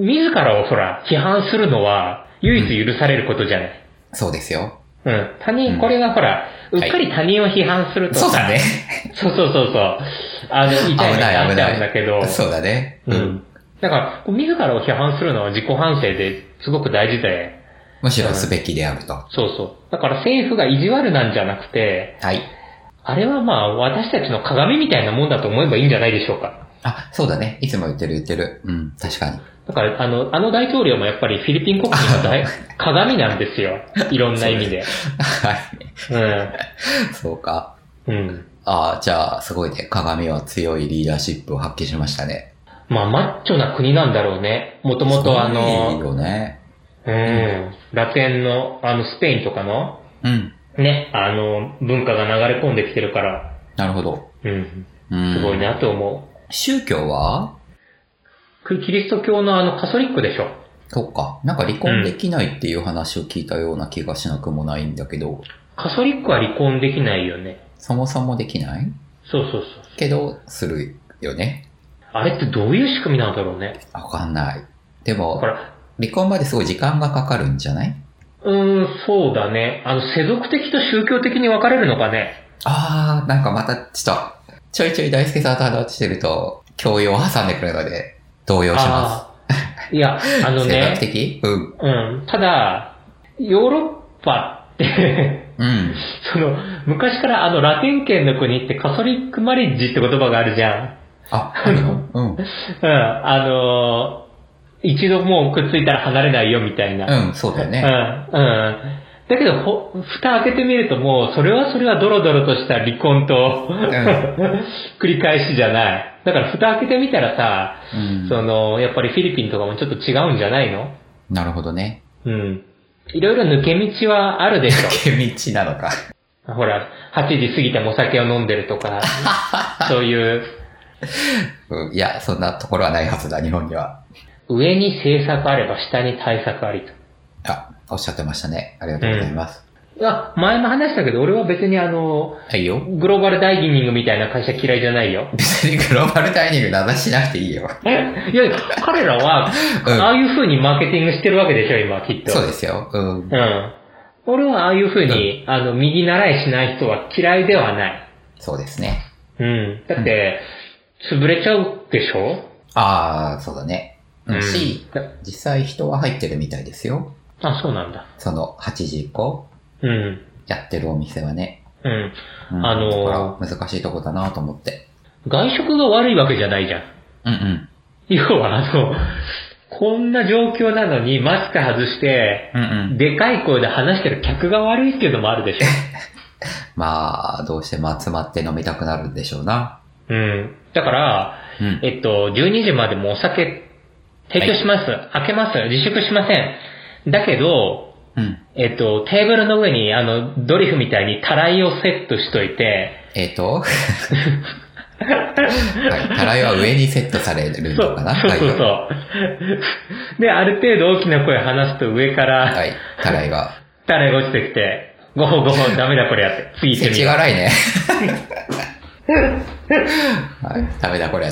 Speaker 2: 自らをほら、批判するのは唯一許されることじゃない。
Speaker 1: そうですよ。
Speaker 2: うん。他人、
Speaker 1: うん
Speaker 2: これがほら、うっかり他人を批判するとさ、
Speaker 1: そうだね。
Speaker 2: そうそうそうそう。 あの、痛い目に遭っちゃうんだけど、
Speaker 1: そうだね。
Speaker 2: う。ん。だから、こう自らを批判するのは自己反省ですごく大事で、
Speaker 1: むしろすべきであると。
Speaker 2: そうそう。だから政府が意地悪なんじゃなくて、
Speaker 1: はい。
Speaker 2: あれはまあ、私たちの鏡みたいなもんだと思えばいいんじゃないでしょうか。
Speaker 1: あ、そうだね。いつも言ってる言ってる。うん、確かに。
Speaker 2: だから、あの、あの大統領もやっぱりフィリピン国民の大 鏡なんですよ。いろんな意味
Speaker 1: は
Speaker 2: で。
Speaker 1: い。
Speaker 2: うん。
Speaker 1: そうか。
Speaker 2: うん。
Speaker 1: ああ、じゃあ、すごいね。鏡は強いリーダーシップを発揮しましたね。
Speaker 2: まあ、マッチョな国なんだろうね。もともとあの、
Speaker 1: すごいよね。
Speaker 2: うん。ラテンの、あの、スペインとかの、
Speaker 1: うん。
Speaker 2: ね、あの、文化が流れ込んできてるから、
Speaker 1: なるほど。
Speaker 2: うん。
Speaker 1: うん。
Speaker 2: すごい。なと思う。
Speaker 1: 宗教は
Speaker 2: くキリスト教のあの、カソリックでしょ。
Speaker 1: そうか。なんか離婚できないっていう話を聞いたような気がしなくもないんだけど、
Speaker 2: カソリックは離婚できないよね。
Speaker 1: そもそもできない
Speaker 2: そうそうそう。
Speaker 1: けど、するよね。
Speaker 2: あれってどういう仕組みなんだろうね。
Speaker 1: わかんない。で
Speaker 2: だ
Speaker 1: も
Speaker 2: か、ら、
Speaker 1: 離婚まですごい時間がかかるんじゃないう
Speaker 2: ーん、そうだね。あの、世俗的と宗教的に分かれるのかね。
Speaker 1: あー、なんかまた、ちょっと、ちょいちょい大輔さんと話してると、教養を挟んでくるので、動揺しま
Speaker 2: あーいや、あ
Speaker 1: す。
Speaker 2: の
Speaker 1: 性格
Speaker 2: ね、
Speaker 1: 的うん。
Speaker 2: うん。ただ、ヨーロッパって、
Speaker 1: うん。
Speaker 2: その、昔からあの、ラテン圏の国ってカソリックマリッジって言葉があるじゃん。
Speaker 1: あ、あるのうん。
Speaker 2: うん、あのー一度もうくっついたら離れないよみたいな。
Speaker 1: うん、そうだよ
Speaker 2: うん、
Speaker 1: ね。
Speaker 2: うん。だけど、ほ、蓋開けてみるともう、それはそれはドロドロとした離婚と、 繰り返しじゃない。だから蓋開けてみたらさ、
Speaker 1: うん。
Speaker 2: その、やっぱりフィリピンとかもちょっと違うんじゃないの
Speaker 1: なるほどね。
Speaker 2: うん。いろいろ抜け道はあるでしょ。
Speaker 1: 毛道なのか。
Speaker 2: ほら、8時過ぎてもお酒を飲んでると か、そういう、
Speaker 1: うんいや、そんなところはないはずだ、日本には。
Speaker 2: 上に政策あれば下に対策ありと。
Speaker 1: あ、おっしゃってましたね。ありがとうございます。
Speaker 2: あ、前も話したけど、俺は別にあの、
Speaker 1: はいよ。
Speaker 2: グローバルダイニングみたいな会社嫌いじゃないよ。
Speaker 1: 別にグローバルダイニングの話しなくていいよ。
Speaker 2: いや、彼らは、
Speaker 1: うん
Speaker 2: ああいう風にマーケティングしてるわけでしょ、今、きっと。
Speaker 1: そうですよ。うん。
Speaker 2: うん。俺はああいう風に、あの、右習いしない人は嫌いではない。
Speaker 1: そうですね。
Speaker 2: うん。だって、潰れちゃうでしょ
Speaker 1: ああ、そうだね。うん、
Speaker 2: うん
Speaker 1: し、実際人は入ってるみたいですよ。
Speaker 2: あ、そうなんだ。
Speaker 1: その8時以降、
Speaker 2: うん。
Speaker 1: やってるお店はね。
Speaker 2: うん。
Speaker 1: うん、
Speaker 2: あのー
Speaker 1: だから難しいとこだなと思って。
Speaker 2: 外食が悪いわけじゃないじゃん。
Speaker 1: うんうん。
Speaker 2: 要は、あの、こんな状況なのにマスク外して、
Speaker 1: うんうん。
Speaker 2: でかい声で話してる客が悪いっていうのもあるでし
Speaker 1: まあ、どうしても集まって飲みたくなるんでしょうな。
Speaker 2: ょ。うん。だから、
Speaker 1: うん。
Speaker 2: えっと、12時までもうお酒提供します。開けます。自粛しません。だけど、
Speaker 1: うん。
Speaker 2: えっと、テーブルの上に、あの、ドリフみたいにたらいをセットしといて、
Speaker 1: えっ、と、 はい、たらいは上にセットされる
Speaker 2: そう
Speaker 1: のかな
Speaker 2: そうそう
Speaker 1: は
Speaker 2: そう。で、ある程度大きな声話すと上か
Speaker 1: い。は
Speaker 2: ら、
Speaker 1: い、たらいが。
Speaker 2: たらいが落ちてきて、ごほうごほう、ダメだこれやって、次 行
Speaker 1: せ
Speaker 2: ってみ
Speaker 1: ち
Speaker 2: よ
Speaker 1: がらい ね。はい、ダメだこれ。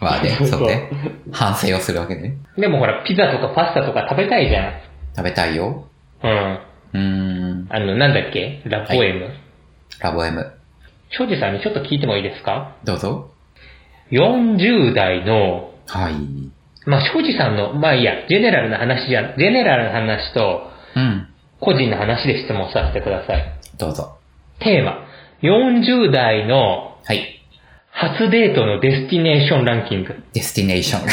Speaker 1: まあね、
Speaker 2: そうそう
Speaker 1: そうね。反省をするわけね。
Speaker 2: う。でもほら、ピザとかパスタとか食べたいじゃん。
Speaker 1: 食べたいよ。
Speaker 2: うん。
Speaker 1: うーん、
Speaker 2: あの、なんだっけラポエム。
Speaker 1: ラボ M。
Speaker 2: 庄司さんにちょっと聞いてもいいですか
Speaker 1: どうぞ。
Speaker 2: ?40 代の、
Speaker 1: はい。
Speaker 2: まあ、庄司さんの、まあいいや、ジェネラルな話じゃん、ジェネラルな話と、
Speaker 1: うん、
Speaker 2: 個人の話で質問させてください。
Speaker 1: どうぞ。
Speaker 2: テーマ、40代の
Speaker 1: はい。
Speaker 2: 初デートのデスティネーションランキング。
Speaker 1: デスティネー ショ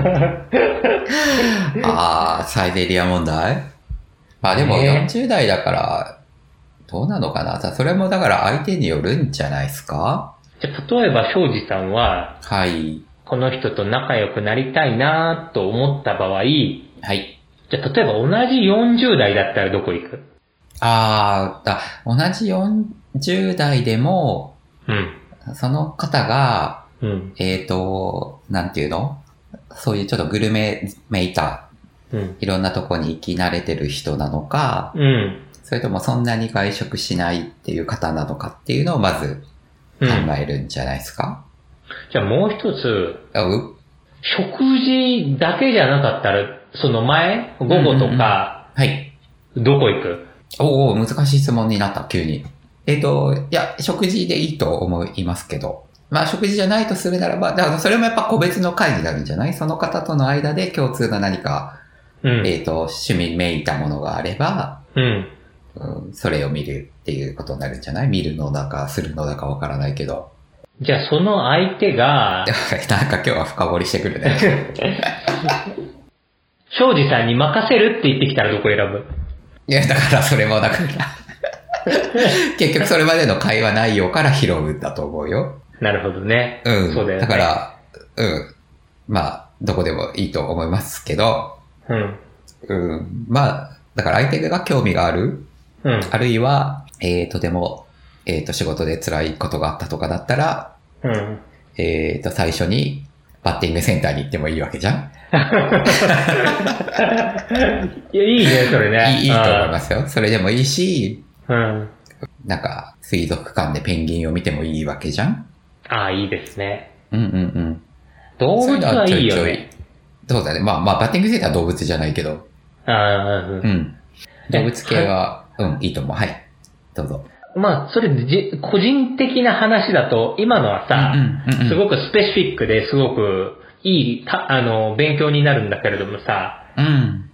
Speaker 1: ン。ああ、サイゼリア問題まあでも
Speaker 2: ね
Speaker 1: 40代だから、どうなのかなさそれもだから相手によるんじゃないですか
Speaker 2: じゃあ、例えば庄司さんは、
Speaker 1: はい。
Speaker 2: この人と仲良くなりたいなと思った場合、じ
Speaker 1: はい。
Speaker 2: ゃあ、例えば同じ40代だったらどこ行く
Speaker 1: あーあ、同じ40代でも、
Speaker 2: うん。
Speaker 1: その方が、
Speaker 2: うん。
Speaker 1: えっ、と、なんていうのそういうちょっとグルメめいた、
Speaker 2: うん。
Speaker 1: いろんなとこに行き慣れてる人なのか、
Speaker 2: うん。
Speaker 1: それともそんなに外食しないっていう方なのかっていうのをまず
Speaker 2: う
Speaker 1: 考
Speaker 2: ん。
Speaker 1: えるんじゃないですか、
Speaker 2: じゃあ、もう一つ、
Speaker 1: あう
Speaker 2: 食事だけじゃなかったら、その前、午後とか、
Speaker 1: はい。
Speaker 2: どこ行く
Speaker 1: おお、難しい質問になった、急に。えっ、と、いや、食事でいいと思いますけど。まあ、食事じゃないとするならば、だからそれもやっぱ個別の会になるんじゃないその方との間で共通の何か、
Speaker 2: うん。
Speaker 1: えっ、と、趣味めいたものがあれば、
Speaker 2: うん。
Speaker 1: うん、それを見るっていうことになるんじゃない見るのだか、するのだかわからないけど。
Speaker 2: じゃあ、その相手が、
Speaker 1: なんか今日は深掘りしてくるね。
Speaker 2: 庄司さんに任せるって言ってきたらどこ選ぶ
Speaker 1: いや、だからそれもだから。 結局それまでの会話内容から拾うんだと思うよ。
Speaker 2: なるほどね。
Speaker 1: うん。
Speaker 2: そうだよね。
Speaker 1: だか、ら、うん。まあ、どこでもいいと思いますけど、
Speaker 2: うん。
Speaker 1: うん。まあ、だから相手が興味がある、
Speaker 2: うん。
Speaker 1: あるいは、えー、とても、えー、と、仕事で辛いことがあったとかだったら、
Speaker 2: うん。
Speaker 1: えー、と、最初に、バッティングセンターに行ってもいいわけじゃん
Speaker 2: いや、いいね、それね。
Speaker 1: いいいいと思いますよ。それでもいいし、
Speaker 2: す。うん。
Speaker 1: なんか、水族館でペンギンを見てもいいわけじゃん
Speaker 2: ああ、いいですね。
Speaker 1: うんうんうん。
Speaker 2: 動
Speaker 1: そう
Speaker 2: 物
Speaker 1: うのは
Speaker 2: はい
Speaker 1: ちょ
Speaker 2: い
Speaker 1: いち
Speaker 2: よ
Speaker 1: ょい
Speaker 2: ね。
Speaker 1: そうだね。まあまあ、バッティングセンターは動物じゃないけど、
Speaker 2: ああ、う。
Speaker 1: うんん。動物系は、うん、いいと思う。はい。どうぞ。
Speaker 2: まあ、それじ、個人的な話だと、今のはさ、
Speaker 1: うんうん
Speaker 2: すごくスペシフィックですごくいい、たあの、勉強になるんだけれどもさ、
Speaker 1: うん。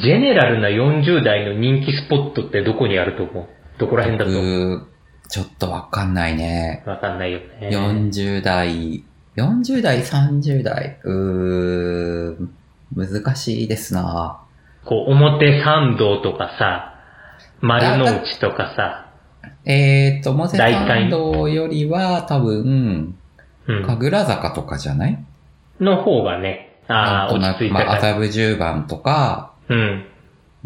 Speaker 2: ジェネラルな40代の人気スポットってどこにあると思うどこら辺だと思う
Speaker 1: うーちょっとわかんないね。
Speaker 2: わかんないよね。
Speaker 1: 40代、40代、30代、うー難しいですな
Speaker 2: こう、表参道とかさ、丸の内とかさ、
Speaker 1: えーと、モゼ
Speaker 2: 大体
Speaker 1: 参道よりは多分、
Speaker 2: う
Speaker 1: 神楽坂とかじゃない
Speaker 2: ん。の方がね、ああ、
Speaker 1: と
Speaker 2: 落
Speaker 1: な
Speaker 2: ち着
Speaker 1: く、
Speaker 2: いた
Speaker 1: まあ、
Speaker 2: 感
Speaker 1: 麻布十番とか、
Speaker 2: じ。うん。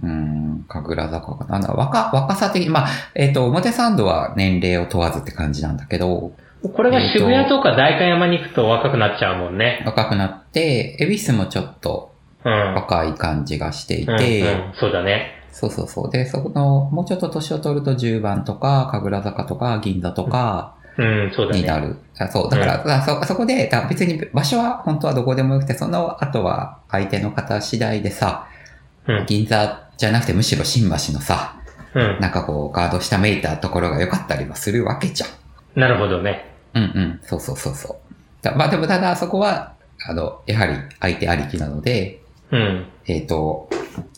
Speaker 1: うん、神楽坂かな。あの若、若さ的に、まあ、えっ、と、表参道は年齢を問わずって感じなんだけど、
Speaker 2: これが渋谷とか代官山に行くと若くなっちゃうもんね。
Speaker 1: 若くなって、恵比寿もちょっと
Speaker 2: うん。
Speaker 1: 若い感じがしてい
Speaker 2: うん、う
Speaker 1: て、
Speaker 2: んそうだね。
Speaker 1: そうそうそう。で、そこの、もうちょっと年を取ると十番とか、神楽坂とか、銀座とか
Speaker 2: うん、そうだ
Speaker 1: にな
Speaker 2: ね。
Speaker 1: る。あそう、だから、あそ、そこで、だ別に場所は本当はどこでもよくて、その後は相手の方次第でさ、
Speaker 2: うん
Speaker 1: 銀座じゃなくてむしろ新橋のさ、
Speaker 2: うん。
Speaker 1: なんかこう、ガード下めいたところが良かったりはするわけじゃん。
Speaker 2: なるほどね。
Speaker 1: うんうん、そうそうそうそう。だまあでもただそこは、あの、やはり相手ありきなので、
Speaker 2: うん。
Speaker 1: えっ、と、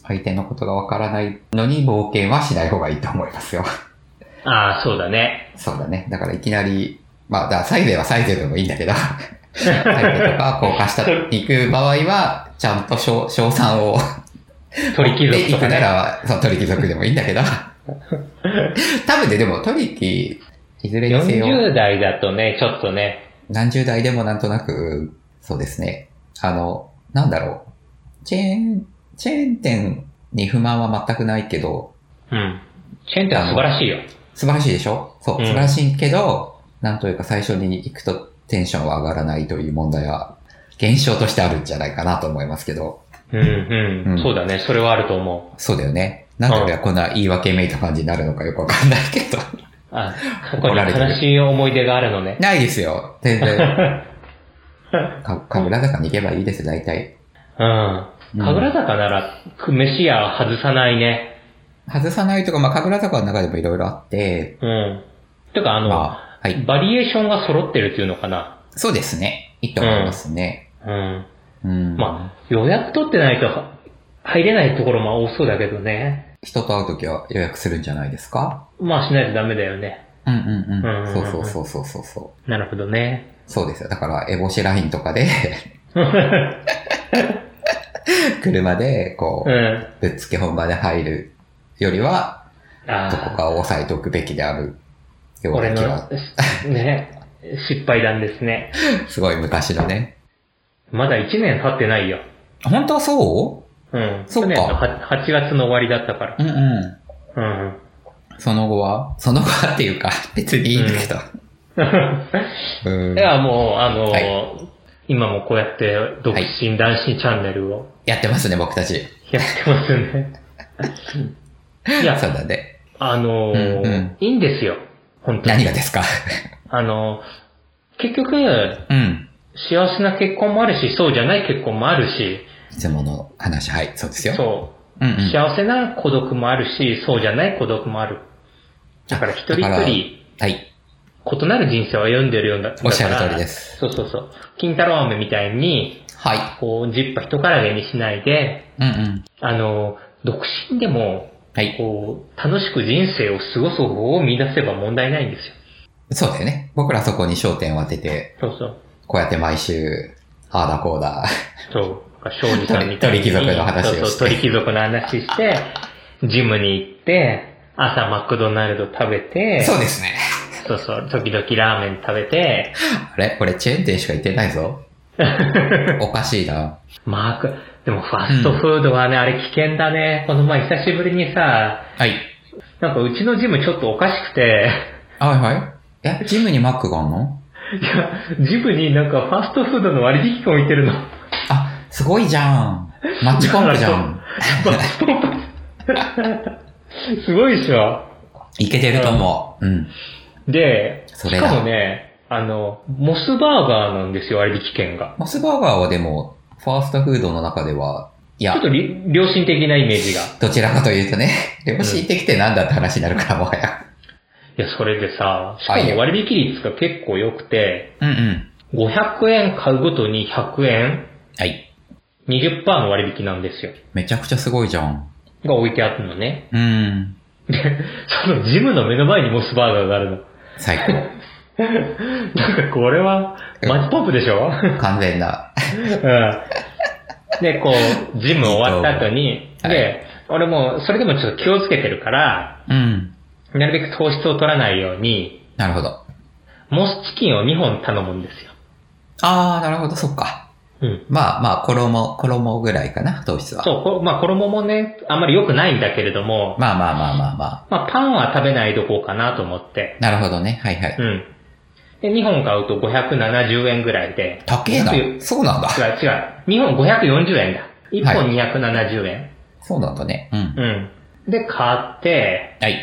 Speaker 1: 相手のことがわからないのに冒険はしない方がいいと思いますよ。
Speaker 2: ああ、そうだね。
Speaker 1: そうだね。だからいきなり、まあ、だからサイゼはサイゼでもいいんだけど、サイゼとか高架下に行く場合は、ちゃんと賞賞賛を
Speaker 2: 鳥貴
Speaker 1: で
Speaker 2: 族と
Speaker 1: 行
Speaker 2: か
Speaker 1: くな
Speaker 2: ね。
Speaker 1: ら、そう、鳥貴族でもいいんだけど、多分ね、でも鳥貴、いずれにせよ、
Speaker 2: 40代だとね、ちょっとね。
Speaker 1: 何十代でもなんとなく、そうですね。あの、なんだろう。チェーン、チェーン店に不満は全くないけど、
Speaker 2: うん。チェーン店は素晴らしいよ。
Speaker 1: 素晴らしいでしょそう、
Speaker 2: うん
Speaker 1: 素晴らしいけど、なんというか最初に行くとテンションは上がらないという問題は、現象としてあるんじゃないかなと思いますけど、
Speaker 2: うん
Speaker 1: う
Speaker 2: うんん。そうだね。それはあると思
Speaker 1: そうだよね。なんで俺はこんな言い訳めいた感じになるのかよくわかんないけど。
Speaker 2: う。あ、過去
Speaker 1: 怒
Speaker 2: に
Speaker 1: られてる
Speaker 2: 悲しい思い出があるのね。
Speaker 1: ないですよ。全然。 か、神楽坂に行けばいいです、大体。
Speaker 2: うん。
Speaker 1: うん
Speaker 2: 神楽坂なら、く飯屋外さないね。
Speaker 1: 外さないとか、まあ、神楽坂の中でもいろいろあって、
Speaker 2: うん。てか、あの、
Speaker 1: まあ、はい。
Speaker 2: バリエーションが揃ってるっていうのかな。
Speaker 1: そうですね。いいと思いますね。
Speaker 2: うん。
Speaker 1: うん。
Speaker 2: まあ、予約取ってないとは入れないところも多そうだけどね。
Speaker 1: 人と会うときは予約するんじゃないですか
Speaker 2: まあ、しないとダメだよね。
Speaker 1: うんうん
Speaker 2: うんう
Speaker 1: う。
Speaker 2: んうんん
Speaker 1: そうそうそうそうそうそう。
Speaker 2: なるほどね。
Speaker 1: そうですよ。だから、エボシラインとかで
Speaker 2: うん。
Speaker 1: 車で、こう、ぶっつけ本場で入るよりは、
Speaker 2: あ
Speaker 1: どこ
Speaker 2: あ、
Speaker 1: かを押さえておくべきであるよう
Speaker 2: 俺
Speaker 1: な気
Speaker 2: の
Speaker 1: は、、
Speaker 2: ね、失敗談ですね。
Speaker 1: すごい昔だね。
Speaker 2: まだ1年経ってないよ。
Speaker 1: 本当はそ
Speaker 2: うん。
Speaker 1: そっか
Speaker 2: 去年のは8月の終わりだったか
Speaker 1: ううんう
Speaker 2: ら。うん。
Speaker 1: ん。その後はその後はっていうか、 別にいいんだけど。うん。
Speaker 2: いや、もう、あの、
Speaker 1: は
Speaker 2: 今もこうやって、独身男子チャンネルを
Speaker 1: やってますね、僕たち。
Speaker 2: やってま すね。いや
Speaker 1: そ、うだね。
Speaker 2: あのー
Speaker 1: うんうん
Speaker 2: いいんですよ。本当
Speaker 1: 何
Speaker 2: に。
Speaker 1: がですか
Speaker 2: あのー結局、
Speaker 1: うん。
Speaker 2: 幸せな結婚もあるし、そうじゃない結婚もあるし、
Speaker 1: いつもの話、はい、そうですよ。
Speaker 2: そ
Speaker 1: うんう
Speaker 2: う、
Speaker 1: ん。
Speaker 2: 幸せな孤独もあるし、そうじゃない孤独もある。だから一
Speaker 1: だ
Speaker 2: 人一
Speaker 1: から
Speaker 2: 人、
Speaker 1: はい、
Speaker 2: 異なる人生を歩んでるような。だから
Speaker 1: おっしゃる通りです。
Speaker 2: そうそうそう。金太郎飴みたいに、
Speaker 1: は
Speaker 2: こう、ジッパ一からげにしないで、
Speaker 1: い。うんうん。
Speaker 2: あの、独身でも、
Speaker 1: はい。
Speaker 2: こう、楽しく人生を過ごす方法を見出せば問題ないんですよ。
Speaker 1: そうだよね。僕らそこに焦点を当てて、
Speaker 2: そうそう。
Speaker 1: こうやって毎週、ああだこうだ。
Speaker 2: そう。庄司さんみたいに。
Speaker 1: 鳥鳥貴族の話をして
Speaker 2: そうそう、鳥貴族の話して、ジムに行って、朝マクドナルド食べて、
Speaker 1: そうですね。
Speaker 2: そうそう、時々ラーメン食べて、
Speaker 1: あれこれチェーン店しか行ってない ぞ。おかしいな。
Speaker 2: マーク、でもファストフードはね、あれ危険だね。この前久しぶりにさ、
Speaker 1: はい。
Speaker 2: なんかうちのジムちょっとおかしくて、
Speaker 1: はいはい。え、ジムにマックがあんの
Speaker 2: いや、ジムになんかファストフードの割引券置いてるの。
Speaker 1: あ、すごいじゃん。マッチコンプじゃん。
Speaker 2: すごいでしょ。
Speaker 1: いけてると思う。うん。
Speaker 2: で、
Speaker 1: そ
Speaker 2: し
Speaker 1: れだ
Speaker 2: かもね、あの、モスバーガーなんですよ、割引券が。
Speaker 1: モスバーガーはでも、ファーストフードの中では、いや
Speaker 2: ちょっ、とり良心的なイメージが。
Speaker 1: どちらかというとね、良心的ってなんだって話になるから、もはや。
Speaker 2: いや、それでさ、しか
Speaker 1: あいいよ
Speaker 2: も割引率が結構良くて、
Speaker 1: うんうん。
Speaker 2: 500円買うごとに100円、
Speaker 1: はい。
Speaker 2: 20%の割引なんですよ。
Speaker 1: めちゃくちゃすごいじゃん。
Speaker 2: が置いてあるのね。
Speaker 1: うん。
Speaker 2: で、そのジムの目の前にモスバーガーがあるの。
Speaker 1: 最高。
Speaker 2: なんかこれは、マッチポンプでしょ
Speaker 1: 完全な。
Speaker 2: うんで、こう、ジム終わった後に、
Speaker 1: いいと思うは
Speaker 2: で、俺も、それでもちょっと気をつけてるから、
Speaker 1: うん。
Speaker 2: なるべく糖質を取らないように、
Speaker 1: なるほど。
Speaker 2: モスチキンを2本頼むんですよ。
Speaker 1: あー、なるほど、そっか。
Speaker 2: うん。
Speaker 1: まあまあ、衣、衣ぐらいかな、糖質は。
Speaker 2: そう、こまあ、衣もね、あんまり良くないんだけれども、
Speaker 1: まあまあまあまあまあ。
Speaker 2: まあ、パンは食べないとこうかなと思って、
Speaker 1: なるほどね。はいは
Speaker 2: う
Speaker 1: い。
Speaker 2: ん。で、2本買うと570円ぐらいで、
Speaker 1: 高えな。そうなんだ。
Speaker 2: 違う違う、2本540円だ。1
Speaker 1: はい
Speaker 2: 本270円。
Speaker 1: そうなんだね。うん。
Speaker 2: うん。で、買って、
Speaker 1: はい。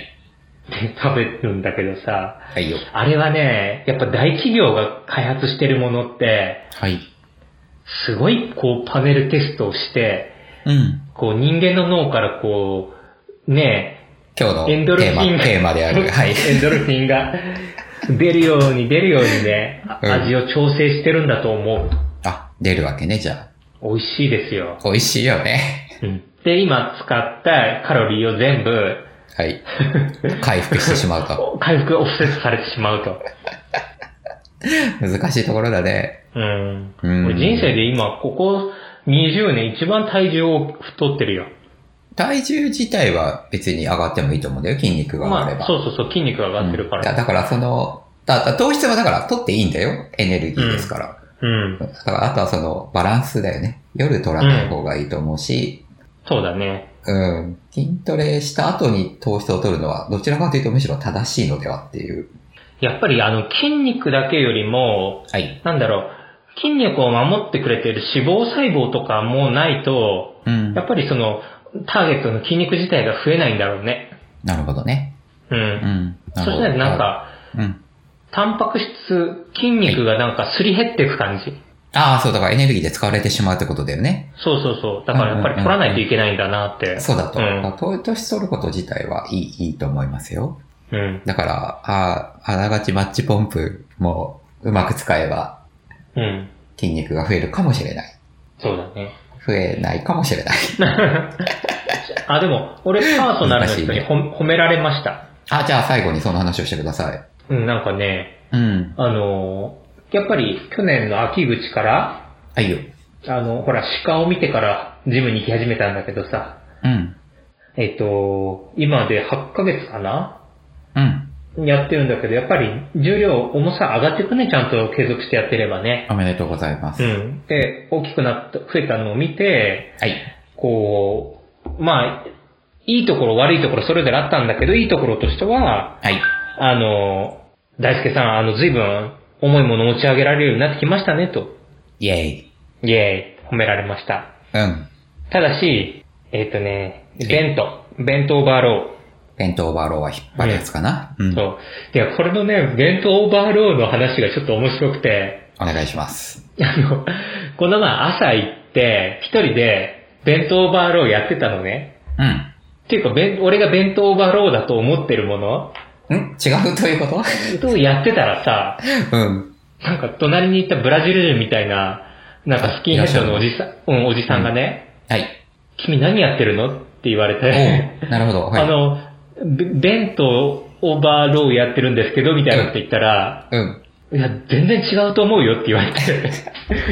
Speaker 2: で、食べるんだけどさ、
Speaker 1: はいよ。
Speaker 2: あれはね、やっぱ大企業が開発してるものって、
Speaker 1: はい。
Speaker 2: すごいこうパネルテストをして、
Speaker 1: うん。
Speaker 2: こう人間の脳からこう、ね
Speaker 1: 今日の
Speaker 2: エンドルフ
Speaker 1: テーマ、
Speaker 2: ィンが
Speaker 1: テーマであ る。はい。
Speaker 2: エンドルフィンが出るように出るようにね、
Speaker 1: うん
Speaker 2: 味を調整してるんだと思う。
Speaker 1: あ、出るわけね、じゃ
Speaker 2: 美味しいですよ
Speaker 1: あ。。美味しいよね。
Speaker 2: うんで、今使ったカロリーを全部
Speaker 1: はい。回復してしまうと。
Speaker 2: 回復オフセットされてしまうと。
Speaker 1: 難しいところだね。
Speaker 2: うん。
Speaker 1: うん
Speaker 2: 俺人生で今、ここ20年一番体重を太ってるよ。
Speaker 1: 体重自体は別に上がってもいいと思うんだよ、筋肉が上がれば。
Speaker 2: まあ、そうそうそう、筋肉が上がってるか
Speaker 1: うんだ
Speaker 2: ら。
Speaker 1: だからその、だだ糖質はだから取っていいんだよ。エネルギーですから。
Speaker 2: うん。
Speaker 1: だからあとはそのバランスだよね。夜取らない方がいいと思うし、
Speaker 2: そうだね。
Speaker 1: うん、筋トレした後に糖質を取るのはどちらかというとむしろ正しいのではっていう。
Speaker 2: やっぱりあの、筋肉だけよりも、
Speaker 1: はい。
Speaker 2: なんだろう、筋肉を守ってくれてる脂肪細胞とかもないと、
Speaker 1: うん。
Speaker 2: やっぱりその、ターゲットの筋肉自体が増えないんだろうね。
Speaker 1: なるほどね。
Speaker 2: う。
Speaker 1: うんん。
Speaker 2: そ
Speaker 1: るほ
Speaker 2: し
Speaker 1: ど
Speaker 2: たらなん、か、
Speaker 1: うん。
Speaker 2: タンパク質、筋肉がなんかすり減っていく感じ。
Speaker 1: ああ、そう、だからエネルギーで使われてしまうってことだよね。
Speaker 2: そうそうそう。だからやっぱり取らないといけないんだなって。
Speaker 1: そうだと。
Speaker 2: うん
Speaker 1: だから糖糖質取ること自体はいい、いいと思いますよ。
Speaker 2: うん。
Speaker 1: だから、ああ、あながちマッチポンプもうまく使えば
Speaker 2: うん。
Speaker 1: 筋肉が増えるかもしれない。
Speaker 2: そうだね。
Speaker 1: 増えないかもしれない。
Speaker 2: あ、でも、俺パーソナルの人にほ褒められました。
Speaker 1: あ、じゃあ最後にその話をしてください。
Speaker 2: うん、なんかね、
Speaker 1: うん。
Speaker 2: あのーやっぱり去年の秋口から、
Speaker 1: はいよ。
Speaker 2: あの、ほら、鹿を見てからジムに行き始めたんだけどさ、
Speaker 1: うん。
Speaker 2: えっ、と、今で8ヶ月かな
Speaker 1: うん。
Speaker 2: やってるんだけど、やっぱり重量、重さ上がってくね、ちゃんと継続してやってればね。
Speaker 1: おめでとうございます。
Speaker 2: うん。で、大きくなった、増えたのを見て、
Speaker 1: はい。
Speaker 2: こう、まあ、いいところ悪いところそれぞれあったんだけど、いいところとしては、
Speaker 1: はい。
Speaker 2: あの、大輔さん、あの、随分重いもの持ち上げられるようになってきましたね、と。
Speaker 1: イェイ。
Speaker 2: イエーイ、褒められました。
Speaker 1: うん。
Speaker 2: ただし、えっ、とね、ベント、ベントオーバーロ
Speaker 1: 弁当オーバーローは引っ張るやつかな。うん。
Speaker 2: ー。そう。いや、これのね、ベントオーバーローの話がちょっと面白くて、
Speaker 1: お願いします。
Speaker 2: あの、この前朝行って、一人で、ベントオーバーローやってたのね。
Speaker 1: うん。
Speaker 2: っていうか、ベン俺がベントオーバーローだと思ってるもの
Speaker 1: ん違うということ
Speaker 2: をやってたらさ、
Speaker 1: うん。
Speaker 2: なんか隣にいたブラジル人みたいな、なんかスキンヘッドのおじさん、うん、おじさんがね、
Speaker 1: はい。
Speaker 2: 君何やってるのって言われて、
Speaker 1: おうなるほど。はい。
Speaker 2: あの、ベベントオーバーローやってるんですけど、みたいなこと言ったら、
Speaker 1: うん。
Speaker 2: いや、全然違うと思うよって言わ れて。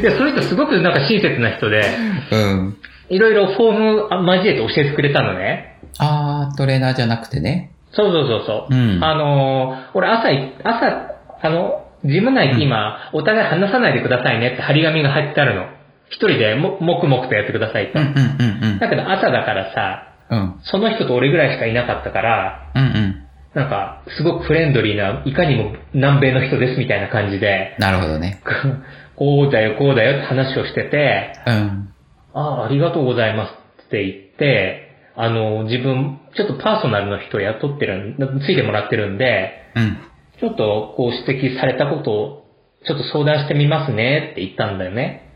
Speaker 2: いや、その人すごくなんか親切な人で、
Speaker 1: うん。
Speaker 2: いろいろフォーム交えて教えてくれたのね。
Speaker 1: あー、トレーナーじゃなくてね。
Speaker 2: そうそうそうそう。
Speaker 1: うん。
Speaker 2: あのー俺朝い、朝、あの、ジム内で今、お互い話さないでくださいねって張り紙が貼ってあるの。一人でも、もくもくとやってくださいと。
Speaker 1: うんうんうん
Speaker 2: だけど朝だからさ、
Speaker 1: うん。うん。
Speaker 2: その人と俺ぐらいしかいなかったから、
Speaker 1: うんうん。
Speaker 2: なんか、すごくフレンドリーな、いかにも南米の人ですみたいな感じで、
Speaker 1: なるほどね。
Speaker 2: こうこうだよ、こうだよって話をしてて、
Speaker 1: うん。
Speaker 2: ああ、ありがとうございますって言って、あの、自分、ちょっとパーソナルの人を雇ってるん、ついてもらってるんで、
Speaker 1: うん。
Speaker 2: ちょっとこう指摘されたことをちょっと相談してみますねって言ったんだよね。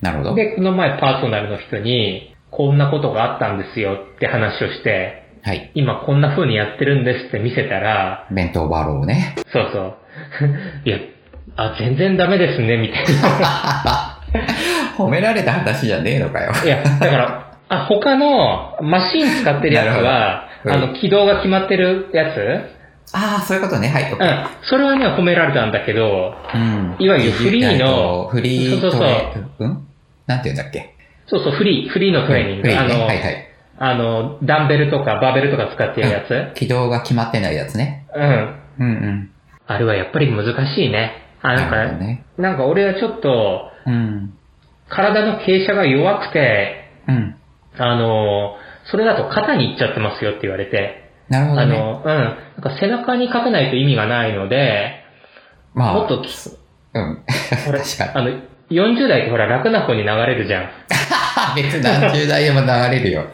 Speaker 1: なるほど。
Speaker 2: で、この前パーソナルの人にこんなことがあったんですよって話をして、
Speaker 1: はい。
Speaker 2: 今こんな風にやってるんですって見せたら、
Speaker 1: 弁当オーバーローね。
Speaker 2: そうそう。 いや、あ、全然ダメですね、みたいな。
Speaker 1: 褒められた話じゃねえのかよ。
Speaker 2: いや、だから、あ、他のマシン使ってるやつは、
Speaker 1: なるほど
Speaker 2: あの、軌道が決まってるやつ
Speaker 1: ああ、そういうことね。はい。
Speaker 2: うん。それはね、褒められたんだけど、
Speaker 1: うん
Speaker 2: いわゆるフリーの
Speaker 1: えっとフリー
Speaker 2: そう
Speaker 1: ト
Speaker 2: そう
Speaker 1: レうんなんて言うんだっけ
Speaker 2: そうそう、フリー、フリーのトレーニン
Speaker 1: フ
Speaker 2: グ。
Speaker 1: リー
Speaker 2: あ
Speaker 1: ね。
Speaker 2: の、
Speaker 1: はいはい。
Speaker 2: あの、ダンベルとかバーベルとか使ってるやつ
Speaker 1: 軌道が決まってないやつね。
Speaker 2: うん。
Speaker 1: うんうん。
Speaker 2: あれはやっぱり難しいね。あ、なん
Speaker 1: なるほ
Speaker 2: か、
Speaker 1: どね。
Speaker 2: なんか俺はちょっと、
Speaker 1: うん。
Speaker 2: 体の傾斜が弱くて、
Speaker 1: うん。
Speaker 2: あの、それだと肩に行っちゃってますよって言われて、
Speaker 1: なるほど
Speaker 2: あ
Speaker 1: ね。
Speaker 2: の、うん。なんか背中にかけないと意味がないので、
Speaker 1: まあ、
Speaker 2: もっとき、
Speaker 1: うん。
Speaker 2: ほら
Speaker 1: 確かに
Speaker 2: あの、40代ってほら楽な方に流れるじゃん。
Speaker 1: 別に何十代でも流れるよ。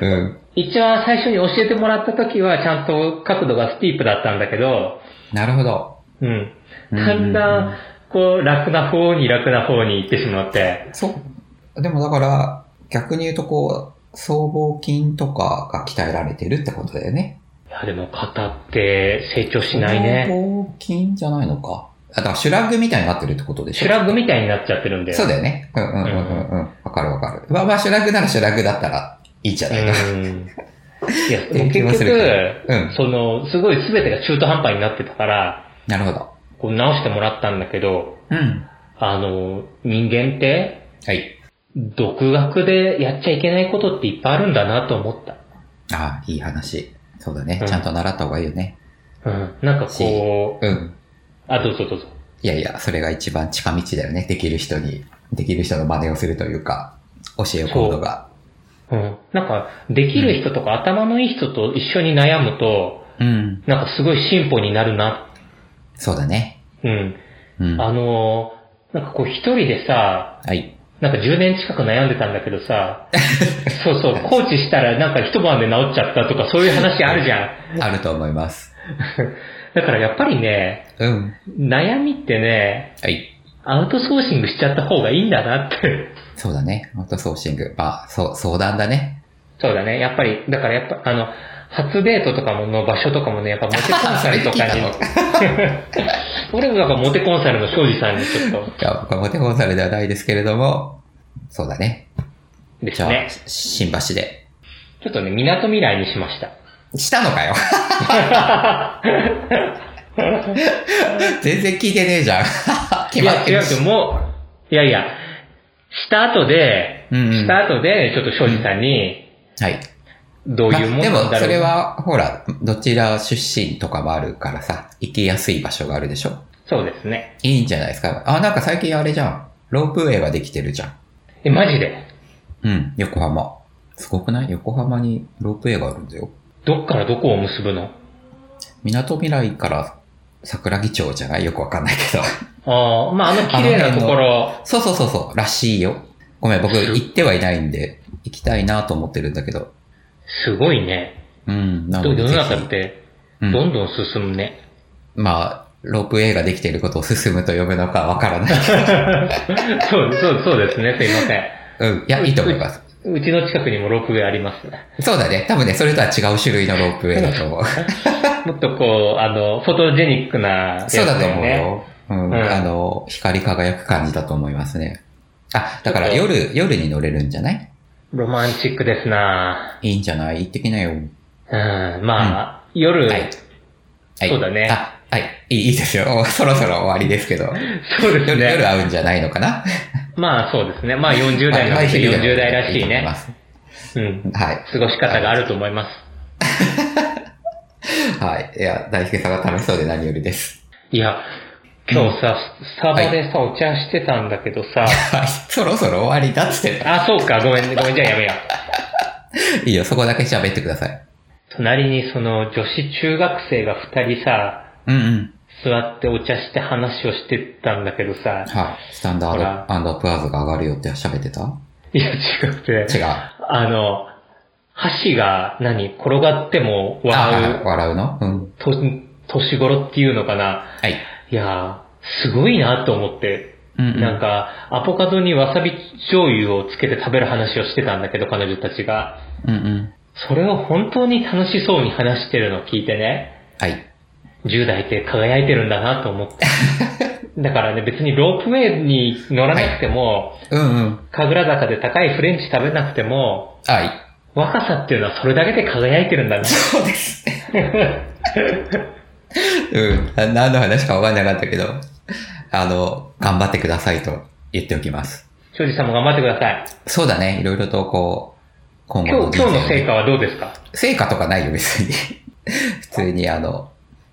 Speaker 1: うん。
Speaker 2: 一応最初に教えてもらった時はちゃんと角度がスティープだったんだけど、
Speaker 1: なるほど。
Speaker 2: うん。
Speaker 1: う
Speaker 2: だんだん、こう、楽な方に楽な方に行ってしまって、
Speaker 1: そう。でもだから、逆に言うとこう、僧帽筋とかが鍛えられてるってことだよね。
Speaker 2: いや、でも肩って成長しないね。
Speaker 1: 僧帽筋じゃないのか。あ、だからシュラッグみたいになってるってことでしょ
Speaker 2: シュラッグみたいになっちゃってるんだよ。
Speaker 1: そうだよね。うんうんうんうんうん。わかるわかる。まあまあ、シュラッグならシュラッグだったらいいじゃないか。
Speaker 2: うん。いや、でも
Speaker 1: 勉強
Speaker 2: 結
Speaker 1: するけ
Speaker 2: 局、
Speaker 1: うん。
Speaker 2: その、すごい全てが中途半端になってたから、
Speaker 1: なるほど。
Speaker 2: こう直してもらったんだけど、
Speaker 1: うん。
Speaker 2: あの、人間って、
Speaker 1: はい。
Speaker 2: 独学でやっちゃいけないことっていっぱいあるんだなと思った。
Speaker 1: ああ、いい話。そうだね
Speaker 2: う。ん
Speaker 1: ちゃんと習った方がいいよね。
Speaker 2: うん。なんかこう、
Speaker 1: うん。
Speaker 2: あ、どうぞどうぞ。
Speaker 1: いやいや、それが一番近道だよね。できる人に、できる人の真似をするというか、教えを行動が。
Speaker 2: うん。なんか、できる人とか頭のいい人と一緒に悩むと、
Speaker 1: うん。
Speaker 2: なんかすごい進歩になるな。
Speaker 1: そうだね。
Speaker 2: うん。
Speaker 1: うん。
Speaker 2: あのーなんかこう一人でさ、
Speaker 1: はい。
Speaker 2: なんか10年近く悩んでたんだけど さ、そうそう、コーチしたらなんか一晩で治っちゃったとかそういう話あるじゃん。
Speaker 1: あると思います。
Speaker 2: だからやっぱりね、
Speaker 1: うん。
Speaker 2: 悩みってね、
Speaker 1: はい。
Speaker 2: アウトソーシングしちゃった方がいいんだなって。
Speaker 1: そうだね。アウトソーシング。まあ、そう、相談だね。
Speaker 2: そうだね、やっぱり、だからやっぱ、あの、初デートとかもの場所とかもね、やっぱモテコンサルとか
Speaker 1: それ
Speaker 2: に
Speaker 1: 聞いた。
Speaker 2: 俺もなんかモテコンサルの庄司さんにちょっ
Speaker 1: い
Speaker 2: と、
Speaker 1: や、僕はモテコンサルではないですけれども、そうだね。
Speaker 2: で
Speaker 1: じ
Speaker 2: す
Speaker 1: ゃあ、
Speaker 2: ね。
Speaker 1: 新橋で。
Speaker 2: ちょっとね、港未来にしました。
Speaker 1: したのかよ全然聞いてねえじゃん。 決まって
Speaker 2: いや、
Speaker 1: る
Speaker 2: 違うけど
Speaker 1: し。
Speaker 2: もう、いやいや、した後で、
Speaker 1: うん、う
Speaker 2: し
Speaker 1: ん。
Speaker 2: た後で、ちょっと庄司さんに、
Speaker 1: はい。
Speaker 2: どう
Speaker 1: まあ
Speaker 2: いうもん
Speaker 1: で
Speaker 2: なん
Speaker 1: も、
Speaker 2: だろう。
Speaker 1: それは、ほら、どちら出身とかもあるからさ、行きやすい場所があるでしょ
Speaker 2: そうですね。
Speaker 1: いいんじゃないですか。あ、なんか最近あれじゃん。ロープウェイができてるじゃん。
Speaker 2: え、マジで
Speaker 1: うん、横浜。すごくない横浜にロープウェイがあるんだよ。
Speaker 2: どっからどこを結ぶの
Speaker 1: 港未来から桜木町じゃないよくわかんないけど。
Speaker 2: ああ、まあ、あの綺麗なところ、
Speaker 1: そうそうそうそう、らしいよ。ごめん、僕行ってはいないんで、行きたいなと思ってるんだけど。
Speaker 2: すごいね。
Speaker 1: うん、な
Speaker 2: 世
Speaker 1: ので
Speaker 2: の
Speaker 1: ぜ
Speaker 2: 中っ
Speaker 1: ひ、
Speaker 2: て、
Speaker 1: う
Speaker 2: ど
Speaker 1: ん、
Speaker 2: んどん進むね。
Speaker 1: まあ、ロープウェイができていることを進むと呼ぶのかわ からないけ
Speaker 2: そう、そう、そうですね。すいませ
Speaker 1: ど。うん、いや、いいと思います。
Speaker 2: ん。うちの近くにもロープウェイあります。
Speaker 1: そうだね。多分ね、それとは違う種類のロープウェイだ と思う。
Speaker 2: もっとこう、あの、フォトジェニックなやつ
Speaker 1: そうだと
Speaker 2: よ
Speaker 1: 思う
Speaker 2: ね。
Speaker 1: よ。うん、
Speaker 2: うん
Speaker 1: あの、光り輝く感じだと思いますね。あ、だから
Speaker 2: ちょっ
Speaker 1: 夜、夜に乗れるんじゃない
Speaker 2: ロマンチックですない
Speaker 1: いんじゃない行ってきなよ。
Speaker 2: うん、まあ、夜、
Speaker 1: はい。はい。
Speaker 2: そうだね
Speaker 1: あ、はい。いいいいですよ。も うそろそろ終わりですけど。
Speaker 2: そうです
Speaker 1: 夜、
Speaker 2: ね。
Speaker 1: 夜会うんじゃないのかな
Speaker 2: まあそうですね。まあ40代な
Speaker 1: はい
Speaker 2: ので
Speaker 1: はい
Speaker 2: 40代らしい
Speaker 1: いいと思
Speaker 2: ね。
Speaker 1: ます
Speaker 2: うん。
Speaker 1: はい。
Speaker 2: 過ごし方があると思います。
Speaker 1: はい。いや、大輔さんが楽しそうで何よりです。
Speaker 2: いや、今日さ、スタバでさ、お茶してたんだけどさ、
Speaker 1: はい。そろそろ終わりだっつってた。
Speaker 2: あ、そうか、ごめんね、ごめん、じゃあやめよう。
Speaker 1: いいよ、そこだけ喋ってください。
Speaker 2: 隣にその女子中学生が二人さ、
Speaker 1: うんうん。
Speaker 2: 座ってお茶して話をしてたんだけどさ、
Speaker 1: はい。スタンダ
Speaker 2: ほら
Speaker 1: ードアンプラーズが上がるよって喋ってた
Speaker 2: いや違くて、
Speaker 1: 違う。
Speaker 2: あの、箸が何転がっても
Speaker 1: あ
Speaker 2: 笑
Speaker 1: あ、笑うのうん。
Speaker 2: う、と年頃っていうのかな。
Speaker 1: はい。
Speaker 2: いやー、すごいなと思って、
Speaker 1: うん、うん。
Speaker 2: なんか、アボカドにわさび醤油をつけて食べる話をしてたんだけど、彼女たちが。
Speaker 1: うんうん。
Speaker 2: それを本当に楽しそうに話してるのを聞いてね、
Speaker 1: はい。
Speaker 2: 10代って輝いてるんだなと思って。 だからね、別にロープウェイに乗らなくても、
Speaker 1: うんうん。
Speaker 2: 神楽坂で高いフレンチ食べなくても、
Speaker 1: はい。
Speaker 2: 若さっていうのはそれだけで輝いてるんだな。
Speaker 1: そうですね。 うん。な何の話かわかんなかったけど、あの、頑張ってくださいと言っておきます。
Speaker 2: 庄司さんも頑張ってください。
Speaker 1: そうだね。いろいろとこう、今後
Speaker 2: 今日、今日の成
Speaker 1: 果
Speaker 2: 果はどうですか
Speaker 1: 成果とかないよ、別に。 普通にあの、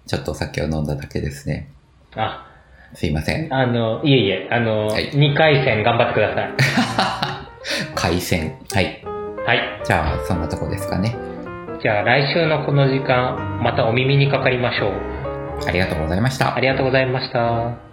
Speaker 1: ちょっとお酒を飲んだだけですね。
Speaker 2: あ、
Speaker 1: すいません。
Speaker 2: あの、いえいえ、あの、
Speaker 1: はい
Speaker 2: 2回戦頑張ってください。
Speaker 1: 海鮮。はい。
Speaker 2: はい。
Speaker 1: じゃあ、そんなとこですかね。
Speaker 2: じゃあ来週のこの時間、またお耳にかかりましょう。
Speaker 1: ありがとうございました。
Speaker 2: ありがとうございました。